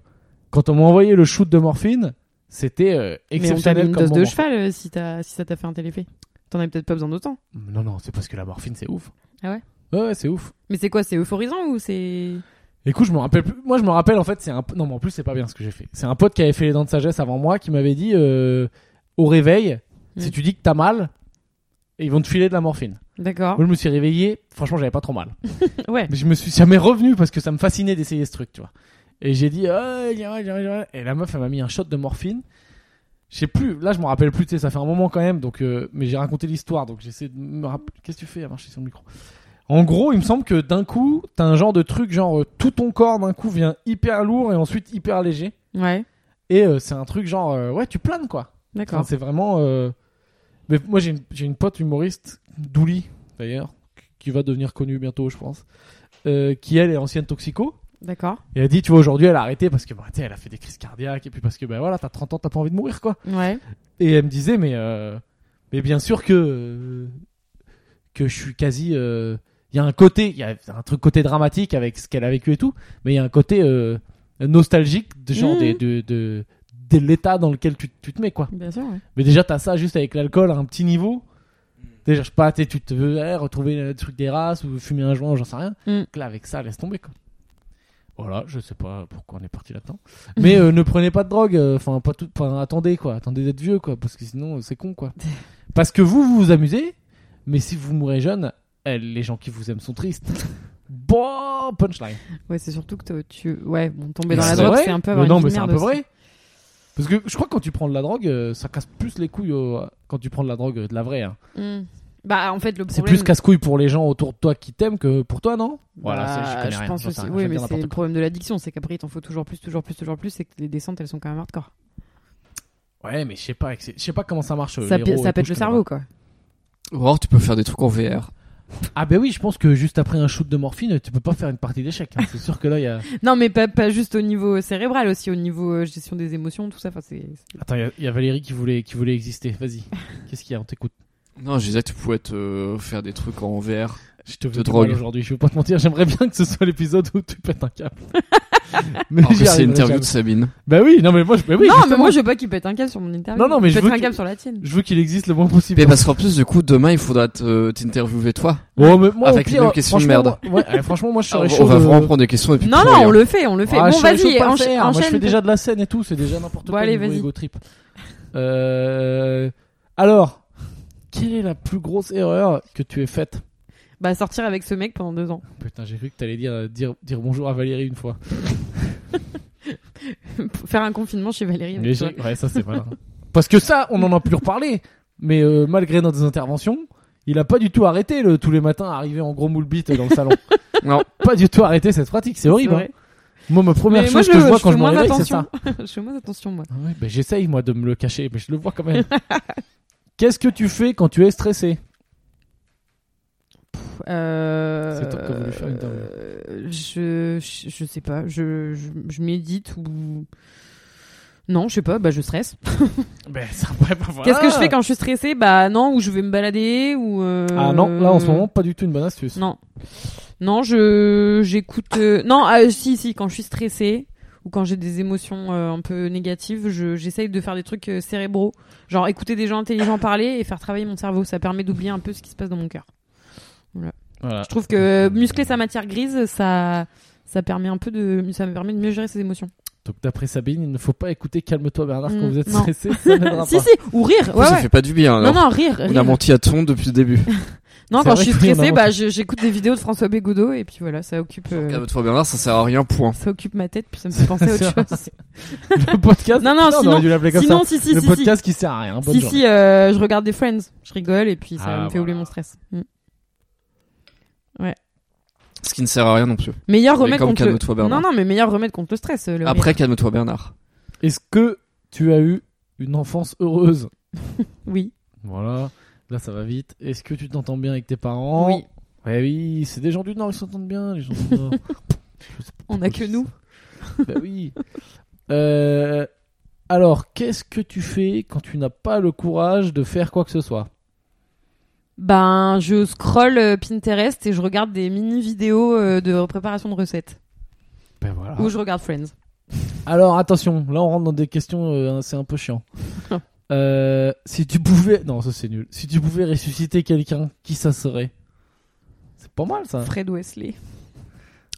S2: quand on m'a envoyé le shoot de morphine, c'était euh,
S1: Mais on t'a mis
S2: exceptionnel
S1: une
S2: comme
S1: dose de
S2: moment.
S1: cheval euh, si, t'as- si ça t'a fait un téléfait. T'en as peut-être pas besoin d'autant.
S2: Non, non, c'est parce que la morphine, c'est ouf.
S1: Ah ouais
S2: Ouais, ouais, c'est ouf.
S1: Mais c'est quoi C'est euphorisant ou c'est.
S2: Écoute, je me rappelle plus. Moi, je me rappelle en fait, c'est un. p- Non, mais en plus, c'est pas bien ce que j'ai fait. C'est un pote qui avait fait les dents de sagesse avant moi qui m'avait dit euh, au réveil,
S1: Mm.
S2: si tu dis que t'as mal, ils vont te filer de la morphine.
S1: D'accord.
S2: Moi, je me suis réveillé. Franchement, j'avais pas trop mal.
S1: Ouais.
S2: Mais je me suis jamais revenu parce que ça me fascinait d'essayer ce truc, tu vois. Et j'ai dit, Ah, j'ai mal, j'ai mal, j'ai mal. et la meuf, elle m'a mis un shot de morphine. Je sais plus, là je m'en rappelle plus, tu sais, ça fait un moment quand même, donc, euh, mais j'ai raconté l'histoire, donc j'essaie de me rappeler. Qu'est-ce que tu fais à marcher sur le micro En gros, il me semble que d'un coup, t'as un genre de truc, genre euh, tout ton corps d'un coup vient hyper lourd et ensuite hyper léger.
S1: Ouais.
S2: Et euh, c'est un truc genre, euh, ouais, tu planes quoi. Enfin,
S1: D'accord.
S2: c'est vraiment. euh, Mais moi, j'ai une, j'ai une pote humoriste, Douli, d'ailleurs, qui va devenir connue bientôt, je pense, euh, qui elle est ancienne toxico.
S1: D'accord.
S2: Et elle dit, tu vois, aujourd'hui, elle a arrêté parce que, bah, tu sais, elle a fait des crises cardiaques et puis parce que, ben voilà, t'as 30 ans, t'as pas envie de mourir, quoi.
S1: Ouais.
S2: Et elle me disait, mais, euh, mais bien sûr que. euh, que je suis quasi. euh, Il y a un côté, il y a un truc côté dramatique avec ce qu'elle a vécu et tout, mais il y a un côté euh, nostalgique, de genre
S1: Mhm.
S2: des- de, de, de l'état dans lequel tu, tu te mets, quoi.
S1: Bien sûr. Ouais.
S2: Mais déjà, t'as ça juste avec l'alcool à un petit niveau. Déjà, je sais pas, t'es- tu te veux eh, retrouver le truc des races ou fumer un joint, j'en sais rien.
S1: Mm.
S2: Donc Là, avec ça, laisse tomber quoi. Voilà, je sais pas pourquoi on est parti là-dedans. Mais euh, ne prenez pas de drogue, euh, enfin, pas tout, enfin, attendez quoi, attendez d'être vieux quoi, parce que sinon euh, c'est con quoi. Parce que vous, vous vous amusez, mais si vous mourrez jeune, eh, les gens qui vous aiment sont tristes. Bon, punchline.
S1: Ouais, c'est surtout que t'as- tu. Ouais, bon, tomber
S3: Mais
S1: dans la
S3: c'est
S1: drogue,
S2: vrai.
S1: c'est un peu
S2: Mais
S1: avoir une
S2: Non,
S1: vie
S2: mais
S1: de
S2: c'est un
S1: merde
S2: peu
S1: aussi.
S2: vrai. Parce que je crois que quand tu prends de la drogue, euh, ça casse plus les couilles au- quand tu prends de la drogue euh, de la vraie. hein.
S1: Mm. Bah, en fait, le
S2: C'est
S1: problème.
S2: plus casse-couille pour les gens autour de toi qui t'aiment que pour toi, non
S1: Bah,
S2: ça, connais
S1: je
S2: rien,
S1: pense
S2: j'en
S1: aussi.
S2: sais rien,
S1: Oui,
S2: je vais
S1: mais
S2: dire
S1: c'est le
S2: n'importe
S1: problème de l'addiction, c'est qu'après, il t'en faut toujours plus, toujours plus, toujours plus, et que les descentes, elles sont quand même hardcore.
S2: quoi. Ouais, mais je sais pas, avec ces- je sais pas comment ça marche. euh,
S1: Ça,
S2: les
S1: pi-
S2: héros
S1: ça
S2: et
S1: pète
S2: tout,
S1: le
S2: je connais
S1: cerveau, quoi.
S3: Ou alors tu peux faire des trucs en
S2: pas.
S3: VR.
S2: Ah ben oui, je pense que juste après un shoot de morphine, tu peux pas faire une partie d'échecs. hein. C'est sûr que là, il y a.
S1: Non, mais pas, pas juste au niveau cérébral, aussi au niveau euh, gestion des émotions, tout ça. Enfin, c'est. c'est-
S2: Attends, il y a- il y, a Valérie qui voulait, qui voulait exister. Vas-y. Qu'est-ce qu'il y a On t'écoute.
S3: Non, je disais que tu pouvais te faire des trucs en VR.
S2: Je te
S3: De
S2: veux du
S3: drogue.
S2: mal aujourd'hui. Je veux pas te mentir. J'aimerais bien que ce soit l'épisode où tu pètes un câble. mais
S3: Alors
S2: j'y
S3: que c'est
S2: arriverai
S3: l'interview
S2: jamais.
S3: de Sabine.
S2: Bah oui, non mais moi, je... bah oui,
S1: non, mais
S2: justement,
S1: moi, je veux pas qu'il pète un câble sur mon interview.
S2: Non, non, mais
S1: Il
S2: je
S1: pète
S2: veux
S1: un
S2: que-
S1: câble sur la tienne.
S2: je veux qu'il existe le moins possible.
S3: Mais parce qu'en plus, du coup, demain, il faudra te- t'interviewer toi.
S2: Bon, Oh, mais moi, au
S3: Avec les
S2: pire,
S3: mêmes questions de
S2: franchement,
S3: merde.
S2: moi- ouais, ouais, franchement, moi, je
S3: Ah,
S2: serais
S3: on
S2: chaud.
S3: va
S2: de-
S3: vraiment prendre des questions et puis
S1: Non,
S3: pourrir.
S1: non, on le fait, on le fait.
S2: Ah,
S1: bon,
S2: je serais chaud de
S1: vas-y,
S2: pas le
S1: encha-
S2: faire. Moi, je fais
S1: enchaîne.
S2: déjà de la scène et tout, c'est déjà n'importe
S1: Bon,
S2: quoi.
S1: allez,
S2: niveau
S1: vas-y.
S2: ego trip. Euh, Alors, quelle est la plus grosse erreur que tu aies faite
S1: Bah, sortir avec ce mec pendant deux ans.
S2: Putain, j'ai cru que t'allais dire, dire, dire bonjour à Valérie une fois.
S1: Faire un confinement chez Valérie.
S2: Mais
S1: avec toi.
S2: j'ai- ouais, ça c'est malin. Parce que ça, on en a plus reparlé. Mais euh, malgré nos interventions, il a pas du tout arrêté le, tous les matins arriver en gros moule bite dans le salon.
S3: Non.
S2: pas du tout arrêté cette pratique, c'est horrible.
S1: vrai.
S2: hein. Moi, ma première
S1: Mais moi,
S2: chose
S1: je
S2: que
S1: le-
S2: je vois
S1: je
S2: quand
S1: fais
S2: je me
S1: moins
S2: réveille, c'est
S1: attention.
S2: ça.
S1: je fais moins attention, moi.
S2: Ah Ouais, ben j'essaye moi de me le cacher, mais je le vois quand même. Qu'est-ce que tu fais quand tu es stressé
S1: Euh,
S2: C'est toi qui as voulu faire une interview.
S1: euh, je, je, je sais pas, je, je, je médite ou. Non, je sais pas, bah je stresse.
S2: Ben ça pourrait pas voir.
S1: Qu'est-ce que je fais quand je suis stressée Bah non, ou je vais me balader ou. euh,
S2: Ah non, là en ce moment, pas du tout une bonne astuce.
S1: Non. Non, je j'écoute. euh, Non, ah, si, si, quand je suis stressée ou quand j'ai des émotions euh, un peu négatives, je- j'essaye de faire des trucs euh, cérébraux. Genre écouter des gens intelligents parler et faire travailler mon cerveau. Ça permet d'oublier un peu ce qui se passe dans mon cœur.
S2: Voilà.
S1: Je trouve que euh, muscler sa matière grise, ça, ça permet un peu de, ça me permet de mieux gérer ses émotions.
S2: Donc d'après Sabine, il ne faut pas écouter Calme-toi Bernard quand
S1: Mm,
S2: vous êtes
S1: non.
S2: stressé, ça n'aidera
S1: si,
S2: pas.
S1: si, ou rire. Ouais,
S3: ça
S1: ouais.
S3: fait pas du bien.
S1: Non,
S3: Alors.
S1: non, rire.
S3: on
S1: rire.
S3: a menti à ton depuis le début.
S1: Non,
S2: C'est
S1: quand
S2: vrai
S1: je suis
S2: que oui, on a
S1: stressée,
S2: menti.
S1: bah, je- j'écoute des vidéos de François Bégodeau et puis voilà, ça occupe, euh,
S3: Regarde toi Bernard, ça sert à rien, point.
S1: ça occupe ma tête puis ça me fait penser à autre chose.
S2: le podcast.
S1: Non, non,
S2: putain, on
S1: sinon-
S2: aurait dû l'appeler comme
S1: Sinon,
S2: ça.
S1: si, si,
S2: le
S1: si, si.
S2: podcast qui sert à rien. Bonne
S1: Si,
S2: journée.
S1: si, euh, je regarde des Friends, je rigole et puis ça
S2: Ah,
S1: me fait oublier
S2: voilà.
S1: mon stress. Mm.
S3: Ce qui ne sert à rien non plus.
S1: Meilleur
S3: Mais
S1: remède
S3: comme
S1: contre
S3: Calme-toi,
S1: le...
S3: Bernard.
S1: Non, non, mais meilleur remède contre le stress. euh, Le rire.
S3: Après, calme-toi Bernard.
S2: Est-ce que tu as eu une enfance heureuse
S1: Oui.
S2: Voilà. Là, ça va vite. Est-ce que tu t'entends bien avec tes parents
S1: Oui.
S2: Ouais, oui, c'est des gens du Nord, ils s'entendent bien, les gens du Nord. Je sais pas
S1: On
S2: pourquoi
S1: a
S2: je
S1: que
S2: dis
S1: nous.
S2: ça. bah oui. Euh, alors, qu'est-ce que tu fais quand tu n'as pas le courage de faire quoi que ce soit
S1: Ben, je scroll euh, Pinterest et je regarde des mini vidéos euh, de préparation de recettes.
S2: Ben
S3: Ah.
S2: voilà.
S1: Ou je regarde Friends.
S2: Alors, attention, là on rentre dans des questions, euh, c'est un peu chiant. Euh, si tu pouvais. Non, ça c'est nul. Si tu pouvais ressusciter quelqu'un, qui ça serait C'est pas mal ça.
S1: Fred Wesley.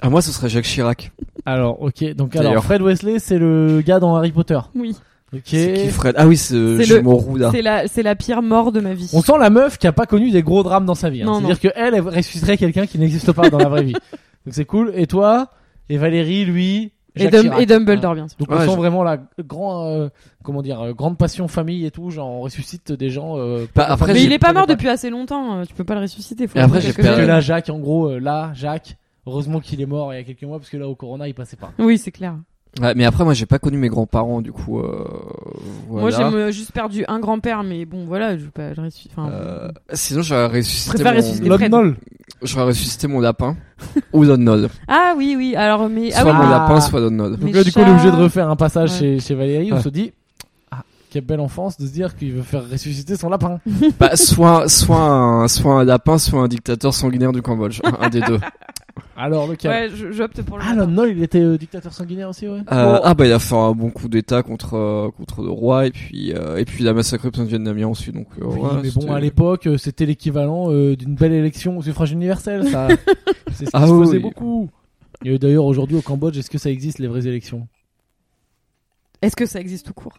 S3: Ah, moi, ce serait Jacques Chirac.
S2: Alors, ok. Donc, alors,
S3: D'ailleurs.
S2: Fred Wesley, c'est le gars dans Harry Potter.
S1: Oui.
S2: Ok.
S3: C'est qui, Fred Ah oui, c'est
S1: C'est le-
S3: Jumeau Rouda.
S1: C'est la, c'est la pire mort de ma vie.
S2: On sent la meuf qui a pas connu des gros drames dans sa vie. hein.
S1: Non,
S2: C'est-à-dire que elle, elle ressusciterait quelqu'un qui n'existe pas dans la vraie vie. Donc c'est cool. Et toi Et Valérie, lui
S1: et,
S2: Jacques
S1: Dum-
S2: Chirac.
S1: et Dumbledore, bien sûr.
S2: Donc
S3: Ouais,
S2: on sent
S3: je-
S2: vraiment la grand, euh, comment dire, euh, grande passion famille et tout. Genre on ressuscite des gens. euh,
S3: Bah,
S2: pas-
S3: après,
S2: pas-
S1: Mais
S3: j'ai-
S1: il est pas mort
S2: pas-
S1: depuis assez longtemps. euh, Tu peux pas le ressusciter. Faut
S3: Et après,
S1: attendre
S3: j'ai
S1: quelques
S2: Parce que
S3: perdu-
S1: années.
S2: là, Jacques, en gros, euh, là, Jacques. Heureusement qu'il est mort il y a quelques mois parce que là au Corona il passait pas.
S1: Oui, c'est clair.
S3: Ouais, mais après, moi, j'ai pas connu mes grands-parents, du coup. euh,
S1: Moi,
S3: voilà.
S1: j'ai euh, juste perdu un grand-père, mais bon, voilà, je veux pas. Je ressuscite- enfin,
S3: Euh, sinon, j'aurais
S1: je
S3: ressuscité,
S1: préfère ressusciter
S3: mon...
S1: Fred.
S2: Lodnol.
S3: j'aurais ressuscité mon lapin ou Donald.
S1: Ah oui, oui. Alors, mais ah
S3: soit
S1: oui,
S3: mon
S1: oui.
S3: lapin, soit Donald.
S2: Donc
S1: Mes
S2: là, du coup, on est obligé de
S1: chats.
S2: refaire un passage
S1: Ouais.
S2: chez, chez Valérie. On
S3: Ouais.
S2: se dit, ah, quelle belle enfance de se dire qu'il veut faire ressusciter son lapin.
S3: bah, soit, soit, un, soit un lapin, soit un dictateur sanguinaire du Cambodge. Un, un des deux.
S2: Alors, lequel
S1: Ouais, je- j'opte pour le.
S2: Ah,
S1: lapin.
S2: Lonnol, il était euh, dictateur sanguinaire aussi, ouais.
S3: Euh,
S2: Bon.
S3: Ah, bah, il a fait un bon coup d'état contre, euh, contre le roi, et puis, euh, et puis il a massacré plein de Vietnamiens aussi, donc, euh,
S2: Oui,
S3: ouais,
S2: mais
S3: c'était-
S2: bon, à l'époque, euh, c'était l'équivalent euh, d'une belle élection au suffrage universel, ça. C'est ce qui
S3: Ah
S2: se
S3: oui.
S2: faisait beaucoup. Et euh, d'ailleurs, aujourd'hui, au Cambodge, est-ce que ça existe, les vraies élections
S1: Est-ce que ça existe tout court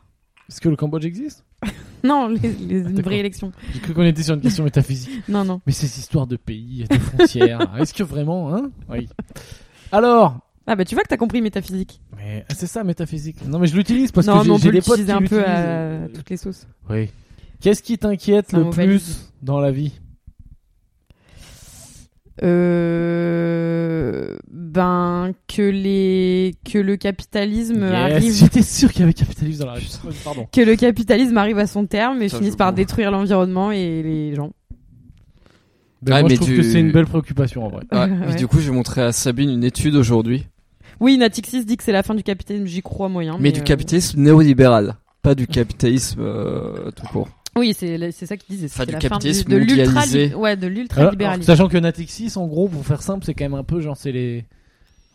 S2: Est-ce que le Cambodge existe
S1: Non, les, les- une
S2: d'accord.
S1: vraie élection.
S2: J'ai cru qu'on était sur une question métaphysique.
S1: Non, non.
S2: Mais ces histoires de pays, de frontières, est-ce que vraiment, hein Oui. Alors,
S1: Ah bah tu vois que t'as compris métaphysique.
S2: Mais ah, c'est ça métaphysique. Non mais je l'utilise parce
S1: non,
S2: que
S1: mais
S2: j'ai-
S1: on
S2: j'ai
S1: peut
S2: des potes qui
S1: l'utiliser un peu à
S2: l'utilisent.
S1: toutes les sauces.
S2: Oui. Qu'est-ce qui t'inquiète
S1: Ça
S2: le
S1: m'en
S2: plus
S1: valide.
S2: dans la vie
S1: Euh... Ben que les que le capitalisme arrive
S2: J'étais sûr qu'il y avait capitalisme dans la vie. Pardon.
S1: que le capitalisme arrive à son terme et
S3: Ça,
S1: finisse
S3: je
S1: par
S3: vois.
S1: détruire l'environnement et les gens.
S2: Mais
S3: Ah,
S2: moi,
S3: mais
S2: je trouve
S3: tu-
S2: que c'est une belle préoccupation en vrai.
S3: Ouais,
S1: Ouais.
S3: mais du coup, je vais montrer à Sabine une étude aujourd'hui,
S1: Oui, Natixis dit que c'est la fin du capitalisme, j'y crois moyen.
S3: mais, du
S1: euh,
S3: capitalisme néolibéral, pas du capitalisme euh, tout court.
S1: Oui, c'est c'est ça qu'ils disent. c'est
S3: du
S1: la
S3: capitalisme
S1: fin du- de l'ultra
S3: mondialisé.
S1: ouais de
S2: Alors,
S1: l'ultralibéralisme.
S2: sachant que Natixis, en gros, pour faire simple, c'est quand même un peu genre c'est les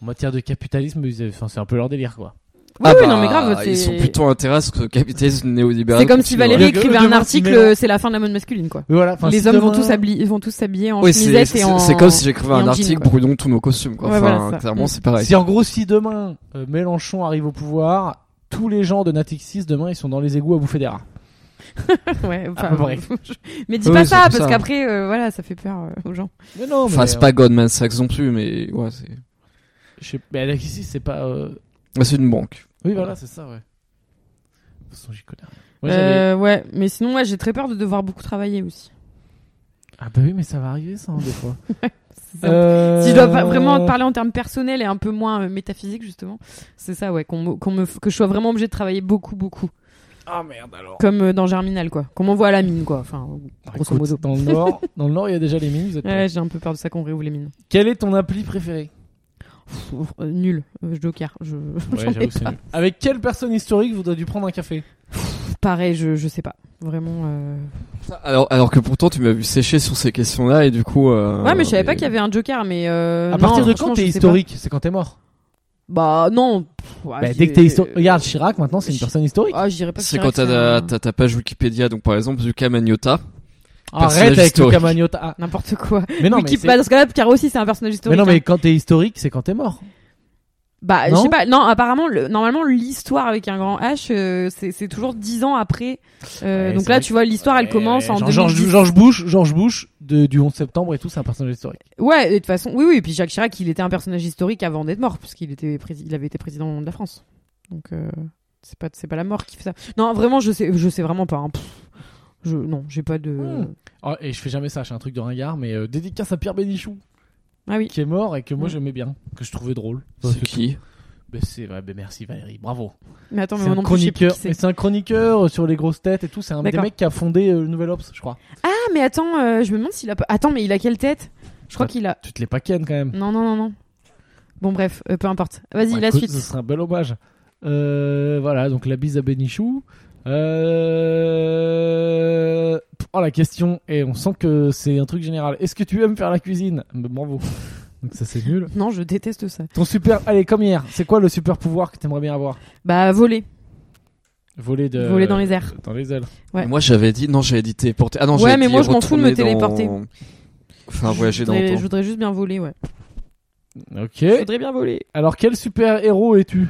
S2: en matière de capitalisme, ils- enfin, c'est un peu leur délire quoi.
S1: Oui, oui, non mais grave,
S3: Ah bah, ils sont
S1: c'est-
S3: plutôt intéressants que le capitalisme néolibéral.
S1: C'est comme si
S3: continue,
S1: Valérie
S2: Ouais.
S1: écrivait
S2: Demain,
S1: un
S2: si Mélan-
S1: article, c'est la fin de la mode masculine quoi.
S2: Mais voilà, enfin,
S1: les
S2: si
S1: hommes vont
S2: demain-
S1: tous s'habiller, vont tous s'habiller en
S3: Oui, c'est
S1: chemisette et
S3: c'est-
S1: en.
S3: c'est comme si j'écrivais
S1: et en
S3: un
S1: jean,
S3: article
S1: quoi.
S3: brouillon tous nos costumes quoi.
S1: Ouais,
S3: enfin,
S1: voilà, ça.
S3: clairement
S1: Mm.
S3: c'est pareil.
S2: Si en gros, si demain euh, Mélenchon arrive au pouvoir, tous les gens de Natixis demain ils sont dans les égouts à bouffer des rats.
S1: Ouais, enfin,
S2: À peu près.
S1: mais dis
S3: Ah, Oui,
S1: pas
S3: c'est
S1: ça
S3: pour
S1: parce
S3: ça.
S1: qu'après euh, voilà, ça fait peur euh, aux gens.
S2: Mais non, mais euh,
S3: Enfin c'est pas Goldman Sachs non plus mais ouais c'est
S2: Je sais- Mais Alexis, c'est pas. euh,
S3: ouais, Ah, c'est une banque.
S2: Oui, voilà, c'est ça, ouais. De toute façon, j'y connais rien. Moi, j'avais-
S1: Euh, ouais, mais sinon ouais, j'ai très peur de devoir beaucoup travailler aussi.
S2: Ah, bah oui, mais ça va arriver, ça, hein, des fois. Euh,
S1: C'est ça. Si je dois
S3: Euh,
S1: pas vraiment parler en termes personnels et un peu moins euh, métaphysique justement, c'est ça ouais, qu'on me- qu'on me f- que je sois vraiment obligé de travailler beaucoup beaucoup,
S2: Ah, merde, alors.
S1: comme euh, dans Germinal quoi, qu'on m'envoie à la mine quoi. Enfin,
S2: Ah,
S1: grosso modo.
S2: Dans le Nord, dans le Nord, il y a déjà les mines. Vous êtes prêts
S1: Ouais, j'ai un peu peur de ça qu'on réouvre les mines.
S2: Quel est ton appli préféré
S1: Pff, euh, nul, euh, je docker, je j'en ai pas.
S2: Avec quelle personne historique vous avez dû prendre un café
S1: Pareil, je je sais pas, vraiment. euh,
S3: Alors alors que pourtant tu m'as vu sécher sur ces questions là et du coup. euh,
S1: Ouais, mais je savais pas qu'il y avait un Joker, mais euh,
S2: À
S1: non,
S2: partir de
S1: franchement,
S2: quand t'es
S1: je sais
S2: historique C'est quand t'es mort.
S1: pas. Bah non. pff, ouais,
S2: Bah,
S1: je
S2: dès que
S1: dirais-
S2: t'es historique. Regarde, Chirac, maintenant, c'est une
S1: je-
S2: personne historique.
S1: Ah, je dirais pas. euh. que
S3: C'est
S1: Chirac,
S3: quand t'as
S1: c'est
S3: ta,
S1: un-
S3: t'as ta page Wikipédia donc par exemple Zuka Magnota.
S2: Arrête avec le
S3: historique.
S2: Camagnota. Ah,
S1: N'importe quoi.
S2: Mais non, mais
S1: Wiki-
S2: c'est-
S1: bah, dans ce cas-là, Caro aussi, c'est un personnage
S2: mais
S1: historique.
S2: non, mais
S1: hein.
S2: quand t'es historique, c'est quand t'es mort.
S1: Bah, je
S2: non
S1: sais pas. Non, apparemment, le- normalement, l'histoire avec un grand H, euh, c'est c'est toujours 10 ans après. Euh,
S2: Ouais,
S1: donc
S2: c'est
S1: là,
S2: vrai
S1: tu vois, l'histoire, elle
S2: Ouais,
S1: commence
S2: ouais,
S1: en
S2: genre George,
S1: 2010.
S2: George Bush, George Bush de- du 11 septembre et tout, c'est un personnage historique.
S1: Ouais, et de toute façon, oui, oui. Et puis Jacques Chirac, il était un personnage historique avant d'être mort, puisqu'il était pré- il avait été président de la France. Donc euh, c'est pas c'est pas la mort qui fait ça. Non, vraiment, je sais je sais vraiment pas. hein. Pff, je non, j'ai pas de.
S2: Hmm. Oh, et je fais jamais ça, j'ai un truc de ringard, mais euh, dédicace à Pierre Bénichou,
S1: Ah oui.
S2: qui est mort et que moi
S1: Mm.
S2: j'aimais bien, que je trouvais drôle.
S3: C'est qui
S2: Bah, c'est ouais, bah, merci Valérie, bravo.
S1: Mais attends, mais
S2: C'est
S1: moi
S2: un
S1: non plus, je sais plus
S2: chroniqueur,
S1: qui c'est.
S2: mais c'est un chroniqueur euh, sur les grosses têtes et tout. C'est un des
S1: D'accord.
S2: mecs qui a fondé euh, le Nouvel Ops, je crois.
S1: Ah, mais attends, euh, je me demande s'il a pas. Attends, mais il a quelle tête Je crois
S2: Attends.
S1: qu'il a.
S2: Tu te les paquennes quand même.
S1: Non, non, non, non. Bon, bref, euh, peu importe. Vas-y,
S2: Bah,
S1: la
S2: écoute,
S1: suite.
S2: Ce serait un bel hommage. Euh, voilà, donc la bise à Bénichou. Euh... Oh la question, et on sent que c'est un truc général. Est-ce que tu aimes faire la cuisine Bah, Bravo. Donc ça c'est nul.
S1: Non, je déteste ça.
S2: Ton super, allez comme hier, c'est quoi le super pouvoir que t'aimerais bien avoir
S1: Bah, voler.
S2: Voler de.
S1: Voler dans les airs.
S2: Dans les ailes.
S1: Ouais.
S3: Moi j'avais dit non j'avais dit téléporter. Ah non
S1: Ouais,
S3: j'avais
S1: mais
S3: dit
S1: moi, je m'en fous de me
S3: retourner dans-
S1: téléporter.
S3: Enfin voyager
S1: je
S3: dans
S1: voudrais,
S3: le
S1: je
S3: temps.
S1: voudrais juste bien voler, ouais.
S3: Eh
S2: Ok.
S1: Je voudrais bien voler.
S2: Alors, quel super-héros es-tu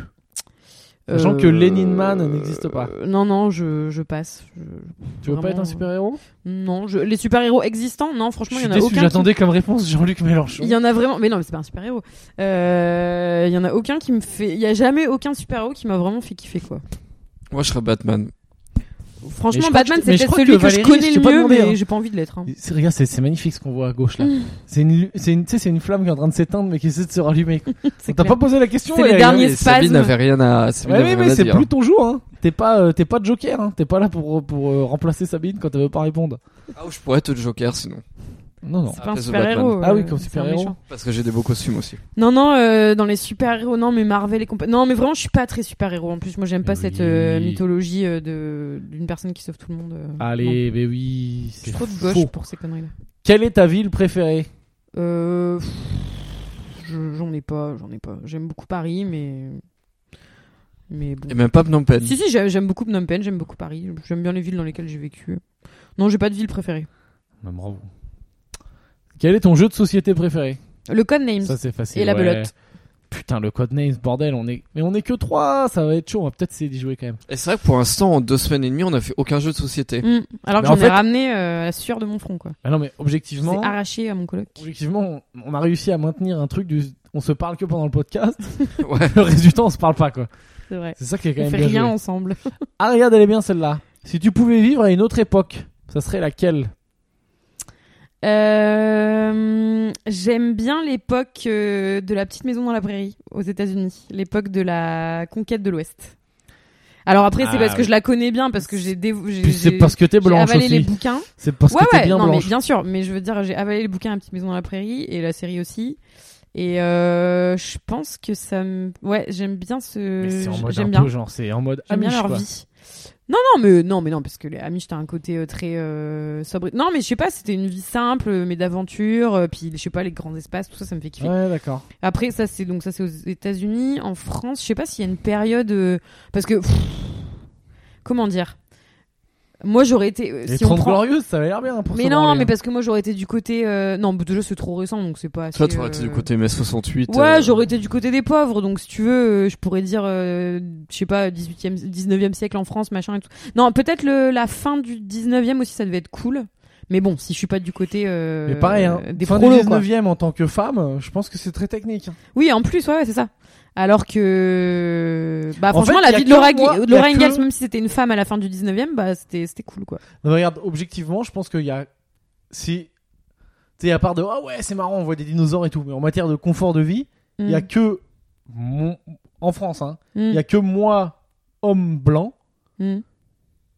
S2: Sachant que Lenin Man n'existe pas.
S1: euh, Non, non, je, je passe. Je-
S2: Tu veux pas être
S1: Vraiment,
S2: un super-héros
S1: Non, je... les super-héros existants, non,
S2: Je
S1: franchement, il y
S2: suis
S1: en a
S2: déçu,
S1: aucun.
S2: j'attendais comme réponse Jean-Luc
S1: qui-
S2: Mélenchon.
S1: Il y en a vraiment, mais non, mais c'est pas un super-héros. Euh, Il y en a aucun qui me fait. Il y a jamais aucun super-héros qui m'a vraiment fait kiffer, quoi.
S3: Moi, je serais Batman.
S2: Mais je
S1: Franchement,
S2: crois
S1: Batman,
S2: que- mais
S1: c'est
S2: je
S1: peut-être
S2: crois
S1: celui
S2: que
S1: que, je
S2: Valérie,
S1: connais
S2: je t'ai
S1: le
S2: pas
S1: mieux,
S2: demandé, hein.
S1: mais j'ai pas envie de l'être. hein.
S2: C'est- Regarde, c'est c'est magnifique ce qu'on voit à gauche là.
S1: Mm.
S2: C'est une, lu- c'est une, tu sais, c'est une flamme qui est en train de s'éteindre mais qui essaie de se rallumer.
S1: C'est
S2: T'as
S1: clair.
S2: pas posé la question.
S1: C'est les
S2: et-
S1: derniers
S3: Et Sabine
S1: spasme.
S3: n'avait rien à, Sabine
S2: Ouais,
S3: n'avait
S2: mais,
S3: rien
S2: mais
S3: à
S2: c'est
S3: dire.
S2: plus ton jour. Hein. T'es pas, euh, t'es pas Joker. Hein. T'es pas là pour, pour euh, remplacer Sabine quand elle veut pas répondre.
S3: Ah, ou je pourrais être le Joker sinon.
S2: Non, non.
S1: C'est pas un
S3: Ah, c'est
S1: super-héros.
S2: Ah oui,
S1: euh,
S2: comme
S1: c'est un
S2: super-héros.
S1: méchant.
S3: Parce que j'ai des beaux costumes aussi.
S1: Non, non, euh, dans les super-héros, non, mais Marvel et compagnie. Non, mais vraiment, je suis pas très super-héros. En plus, moi,
S3: Eh
S1: j'aime pas
S2: Oui.
S1: cette euh, mythologie euh, de d'une personne qui sauve tout le monde. euh, non.
S2: Allez, mais oui.
S1: je suis
S2: C'est
S1: trop de
S2: faux.
S1: gauche pour ces conneries-là.
S2: Quelle est ta ville préférée
S1: Euh, pff, je- j'en ai pas, j'en ai pas. J'aime beaucoup Paris, mais mais bon.
S3: Et même pas Phnom Penh.
S1: Si si, j'ai- j'aime beaucoup Phnom Penh, j'aime beaucoup Paris. J'aime bien les villes dans lesquelles j'ai vécu. Non, j'ai pas de ville préférée.
S2: Bah, Bravo. Quel est ton jeu de société préféré
S1: Le Code Names.
S2: Ça c'est facile.
S1: Et la
S2: ouais.
S1: belote.
S2: Putain, le codenames, bordel, on est, mais on est que trois, ça va être chaud, on va peut-être essayer d'y jouer quand même.
S3: Et c'est vrai que pour l'instant, en deux semaines et demie, on a fait aucun jeu de société.
S1: Mm. Alors que
S2: Mais en
S1: j'en
S2: fait-
S1: ai ramené euh, à la sueur de mon front quoi.
S2: Ah non, mais
S1: C'est
S2: objectivement,
S1: arraché à mon coloc.
S2: objectivement, on- on a réussi à maintenir un truc du, on se parle que pendant le podcast.
S3: Ouais.
S2: le résultat, on se parle pas, quoi.
S1: C'est vrai.
S2: C'est ça qui est quand
S1: On
S2: même
S1: fait
S2: bien
S1: rien
S2: joué.
S1: ensemble.
S2: Ah, regarde, elle est bien celle-là. Si tu pouvais vivre à une autre époque, ça serait laquelle
S1: Euh, J'aime bien l'époque euh, de la petite maison dans la prairie aux États-Unis, l'époque de la conquête de l'Ouest. Alors après, c'est
S2: Ah,
S1: parce que
S2: oui.
S1: je la connais bien, parce que j'ai dévo- j'ai-
S2: Puis c'est
S1: j'ai-
S2: parce que t'es
S1: j'ai
S2: blanche
S1: avalé les
S2: aussi.
S1: bouquins.
S2: C'est parce
S1: ouais,
S2: que t'es
S1: ouais,
S2: bien
S1: non,
S2: blanche.
S1: mais bien sûr. Mais je veux dire, j'ai avalé les bouquins à Petite Maison dans la Prairie et la série aussi. Et euh, je pense que ça me. Ouais, j'aime bien
S2: Mais c'est en
S1: ce.
S2: mode un
S1: J'aime bien.
S2: peu genre, c'est en mode
S1: J'aime bien
S2: Amish,
S1: leur
S2: quoi.
S1: vie. Non, non, mais non, mais non, parce que les Amish, t'as un côté euh, très euh, sobre. Non, mais je sais pas, c'était une vie simple, mais d'aventure. euh, puis je sais pas, les grands espaces, tout ça, ça me fait kiffer.
S2: Ouais, d'accord.
S1: Après, ça c'est donc ça c'est aux États-Unis, en France, je sais pas s'il y a une période euh, parce que pff, comment dire. Moi j'aurais été euh,
S2: Les
S1: si on
S2: 30
S1: prend
S2: glorieuses, ça avait l'air bien pour
S1: mais
S2: se
S1: non,
S2: branler,
S1: mais
S2: hein.
S1: parce que moi j'aurais été du côté. euh, Non, déjà c'est trop récent donc c'est pas. Assez,
S3: Toi, t'aurais
S1: euh,
S3: été du côté MS68.
S1: Ouais,
S3: euh,
S1: j'aurais été du côté des pauvres donc si tu veux, euh, je pourrais dire, euh, je sais pas, 18e, 19e siècle en France, machin et tout. Non, peut-être le- la fin du 19e aussi, ça devait être cool. Mais bon, si je suis pas du côté. euh,
S2: Mais pareil, hein,
S1: Des
S2: fin
S1: prolos,
S2: du
S1: quoi.
S2: 19 e en tant que femme, je pense que c'est très technique. hein.
S1: Oui, en plus, ouais, ouais, c'est ça. Alors que. Bah,
S2: En
S1: franchement,
S2: fait, y
S1: la
S2: a
S1: vie de
S2: que
S1: Laura,
S2: moi,
S1: Gu-
S2: y a
S1: Laura
S2: que-
S1: Ingalls, même si c'était une femme à la fin du 19e, bah, c'était c'était cool, quoi.
S2: Non, mais regarde, objectivement, je pense qu'il y a. Si. Tu sais, à part de. Ah ouais, c'est marrant, on voit des dinosaures et tout. Mais en matière de confort de vie, il
S1: Mm.
S2: y a que. mon- En France, hein.
S1: Mmh.
S2: Il y a que moi, homme blanc.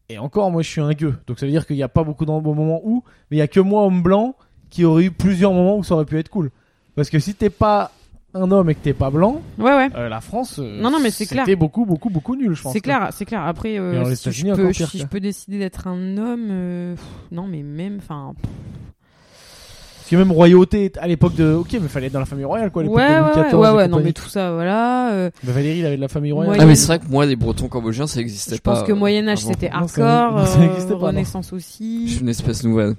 S2: Et encore, moi, je suis un gueux. Donc ça veut dire qu'il n'y a pas beaucoup de moments où. Mais il y a que moi, homme blanc, qui aurait eu plusieurs moments où ça aurait pu être cool. Parce que si t'es pas un homme et que t'es pas blanc,
S1: Ouais, ouais.
S2: euh, la France. euh,
S1: Non, non, mais c'est clair.
S2: C'était beaucoup, beaucoup, beaucoup nul, je pense.
S1: C'est clair, c'est clair. Après, euh,
S2: Et alors, les
S1: si, je
S2: États-Unis,
S1: peux,
S2: encore pire,
S1: si je
S2: quoi.
S1: peux décider d'être un homme, euh, pff, non, mais même, enfin, pff,
S2: Parce que même royauté, à l'époque de. Ok, mais fallait être dans la famille royale, quoi.
S1: ouais,
S2: l'époque
S1: ouais,
S2: de Louis
S1: ouais, ouais,
S2: XIV et
S1: ouais, non,
S2: compagnie.
S1: mais tout ça, voilà. euh,
S2: Bah, Valérie, il avait de la famille royale.
S1: Ouais,
S3: Ah, mais
S1: Moyen-
S3: c'est vrai que moi, les Bretons cambodgiens, ça existait
S1: je
S3: pas.
S1: pense que
S3: euh,
S1: Moyen Âge
S3: avant.
S1: c'était
S2: Non, ça-
S1: hardcore,
S2: non, ça
S1: euh,
S2: n'existait pas, non.
S1: Renaissance
S3: Je suis
S1: aussi.
S3: une espèce nouvelle.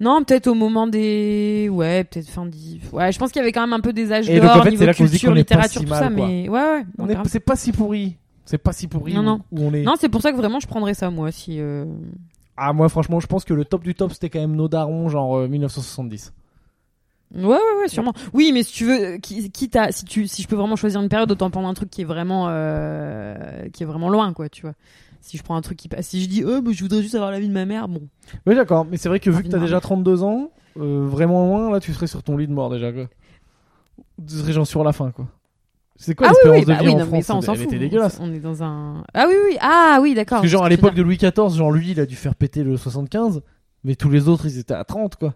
S1: Non, peut-être au moment des, ouais, peut-être fin dix. Ouais, je pense qu'il y avait quand même un peu des âges
S2: Et
S1: d'or
S2: donc, en fait,
S1: niveau
S2: c'est là qu'on se dit
S1: culture,
S2: qu'on est pas
S1: littérature,
S2: si
S1: tout
S2: mal,
S1: ça,
S2: quoi.
S1: mais ouais, ouais.
S2: On
S1: non,
S2: est-
S1: grave.
S2: C'est pas si pourri. C'est pas si pourri
S1: Non,
S2: où-
S1: non.
S2: où on est.
S1: Non, c'est pour ça que vraiment je prendrais ça moi si. euh,
S2: Ah, moi, franchement, je pense que le top du top, c'était quand même nos darons, genre euh, 1970.
S1: Ouais, ouais, ouais, sûrement. Oui, mais si tu veux, euh, qui- quitte à, si tu, si je peux vraiment choisir une période, autant prendre un truc qui est vraiment, euh, qui est vraiment loin, quoi, tu vois. Si je prends un truc qui passe, si je dis, oh, mais je voudrais juste avoir la vie de ma mère, bon.
S2: Oui, d'accord. Mais c'est vrai que vu
S1: Envie
S2: que
S1: de
S2: t'as déjà
S1: mourir.
S2: 32 ans, euh, vraiment loin, là, tu serais sur ton lit de mort déjà, quoi. Tu serais genre sur la fin, quoi. C'est quoi
S1: ah oui, oui,
S2: l'espérance de
S1: bah
S2: vie
S1: oui,
S2: en
S1: non, mais
S2: France
S1: ça, on s'en
S2: Elle
S1: fout.
S2: était dégueulasse.
S1: On est dans un. Ah oui, oui, ah oui, d'accord.
S2: Parce que,
S1: je
S2: genre, à
S1: sais ce tu veux
S2: l'époque de Louis XIV, genre, lui, il a dû faire péter le 75, mais tous les autres, ils étaient à 30, quoi.